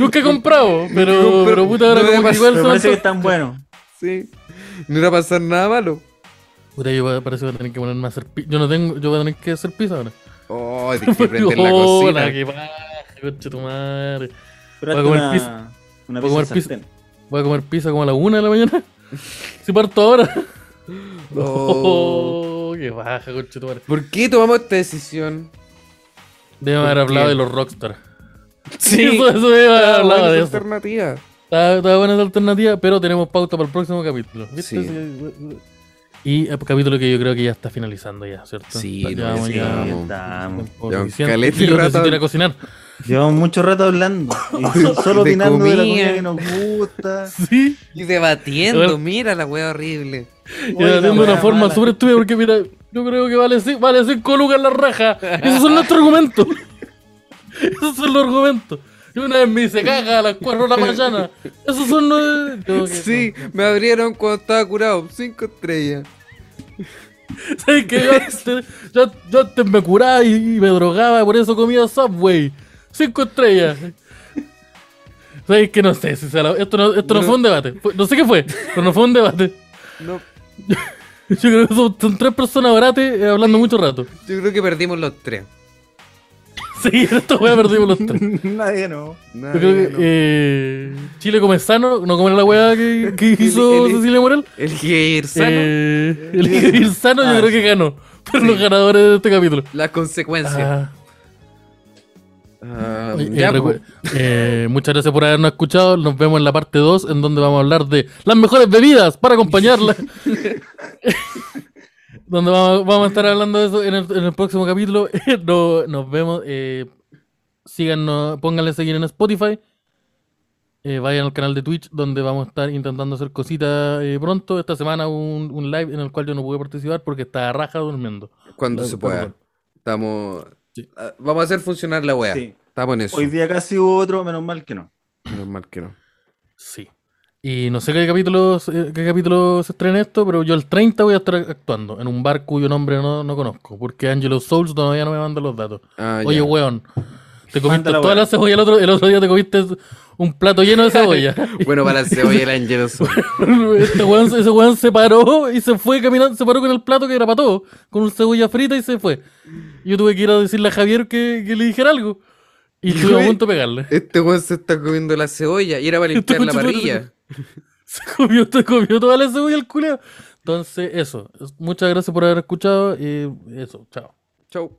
S1: Nunca he comprado, pero,
S2: comprado.
S1: pero puta, ahora
S2: No me
S1: como que
S2: pasa-
S1: igual
S3: Me
S1: son
S3: parece que
S1: antojos.
S3: están buenos.
S2: Sí. No iba a pasar nada malo.
S1: Puta, yo voy- parece que voy a tener que ponerme a hacer pizza. Yo no tengo, yo voy a tener que hacer pizza ahora.
S2: Oh, tienes que prender la
S1: Hola,
S2: cocina.
S1: qué paja, conche tu madre.
S3: Pero
S1: Voy a
S3: hazte
S1: comer
S3: una,
S1: pizza. Voy a
S3: una pizza en
S1: comer pizza.
S3: sartén.
S1: Voy a comer pizza como a la una de la mañana. Si parto ahora.
S2: Oh.
S1: Oh, qué baja, conche tu madre.
S2: ¿Por qué tomamos esta decisión?
S1: Debe
S2: ¿Por
S1: haber hablado
S2: qué?
S1: de los rockstar. eso, eso debe haber
S2: Ah,
S1: hablado
S2: buena
S1: de eso.
S2: alternativa.
S1: Está, está buena esa alternativa, pero tenemos pauta para el próximo capítulo. ¿Viste?
S2: Sí.
S1: Sí. Y el capítulo que yo creo que ya está finalizando ya, ¿cierto?
S2: Sí,
S1: Ya
S2: no,
S1: llevamos
S2: sí,
S1: ya
S2: vamos.
S3: estamos.
S1: tiempo
S2: Ya,
S1: suficiente.
S2: caleta
S1: Y
S2: y
S1: yo
S2: rato-
S1: necesito ir a cocinar.
S3: Llevamos mucho rato hablando. Y solo
S2: De
S3: opinando
S2: comida.
S3: de la comida que nos gusta.
S1: Sí.
S2: Y debatiendo,
S1: Bueno.
S2: mira la wea horrible.
S1: Y
S3: Oye, la
S1: haciendo una
S3: wea
S1: forma
S3: mala.
S1: súper estúpida porque mira, yo creo que vale 5 vale cinco lucas la raja. Esos son nuestros argumentos. Esos son los argumentos. Y una vez me dice caga a las 4 de la mañana. Esos son los... eh, Yo que-
S2: Sí, me abrieron cuando estaba curado. Cinco estrellas.
S1: ¿Sabes qué? Yo antes, yo- yo antes me curaba y, y me drogaba, por eso comía Subway. Cinco estrellas. ¿Sabes qué? No sé. Si se la- esto no, esto no
S2: No.
S1: fue un debate. Fue- no sé qué fue, pero no fue un debate.
S2: No,
S1: Yo creo que son, son tres personas barates eh, hablando mucho rato.
S2: yo creo que perdimos los tres.
S1: Sí, en esta wea perdimos los tres.
S3: Nadie no.
S2: Nada,
S1: Yo creo que
S2: Ah, no.
S1: eh, Chile come sano, no come la wea que, que hizo
S2: el-
S1: Cecilia Morel.
S2: El Jair Sano,
S1: Eh, el vivir sano yo
S3: Ah,
S1: creo que ganó. Pero los ganadores de este capítulo.
S2: las consecuencias.
S1: Ah.
S2: Ah,
S1: Oye,
S2: ya,
S1: eh,
S2: po.
S1: recu- eh, muchas gracias por habernos escuchado. Nos vemos en la parte 2, en donde vamos a hablar de las mejores bebidas para acompañarla. donde vamos, vamos a estar hablando de eso en el, en el próximo capítulo. No- nos vemos. eh, síganos, pónganle seguir en Spotify. Eh, vayan al canal de Twitch, donde vamos a estar intentando hacer cositas eh, pronto. Esta semana un, un live en el cual yo no pude participar porque estaba raja durmiendo.
S2: Cuando se
S1: Pero
S2: pueda.
S1: bueno.
S2: Estamos.
S1: Sí.
S2: Ah, Vamos a hacer funcionar la wea.
S3: Sí.
S2: Estamos en eso.
S3: Hoy día casi hubo otro, menos mal que no.
S2: Menos mal que no.
S1: Sí. Y no sé qué capítulo, se- eh, qué capítulo se estrena esto, pero yo el 30 voy a estar actuando en un bar cuyo nombre no, no conozco, porque Angelo Souls todavía no me manda los datos.
S2: Ah, ya.
S1: Oye, weón, te comiste
S3: Mándala,
S1: toda la
S3: weón.
S1: cebolla el otro, el otro día, te comiste un plato lleno de cebolla.
S2: Bueno, para la cebolla el Angelo Sol.
S1: Este weón- ese weón se paró y se fue caminando, se paró con el plato que era para todo, con una cebolla frita y se fue. Yo tuve que ir a decirle a Javier que, que le dijera algo. Y estuve a
S2: Güey.
S1: punto de pegarle.
S2: Este weón se está comiendo la cebolla y era para limpiar la
S1: Este weón se-
S2: parrilla.
S1: Se comió, se comió toda la cebolla el culeo. Entonces, eso. Muchas gracias por haber escuchado y eso. Chao.
S2: Chau.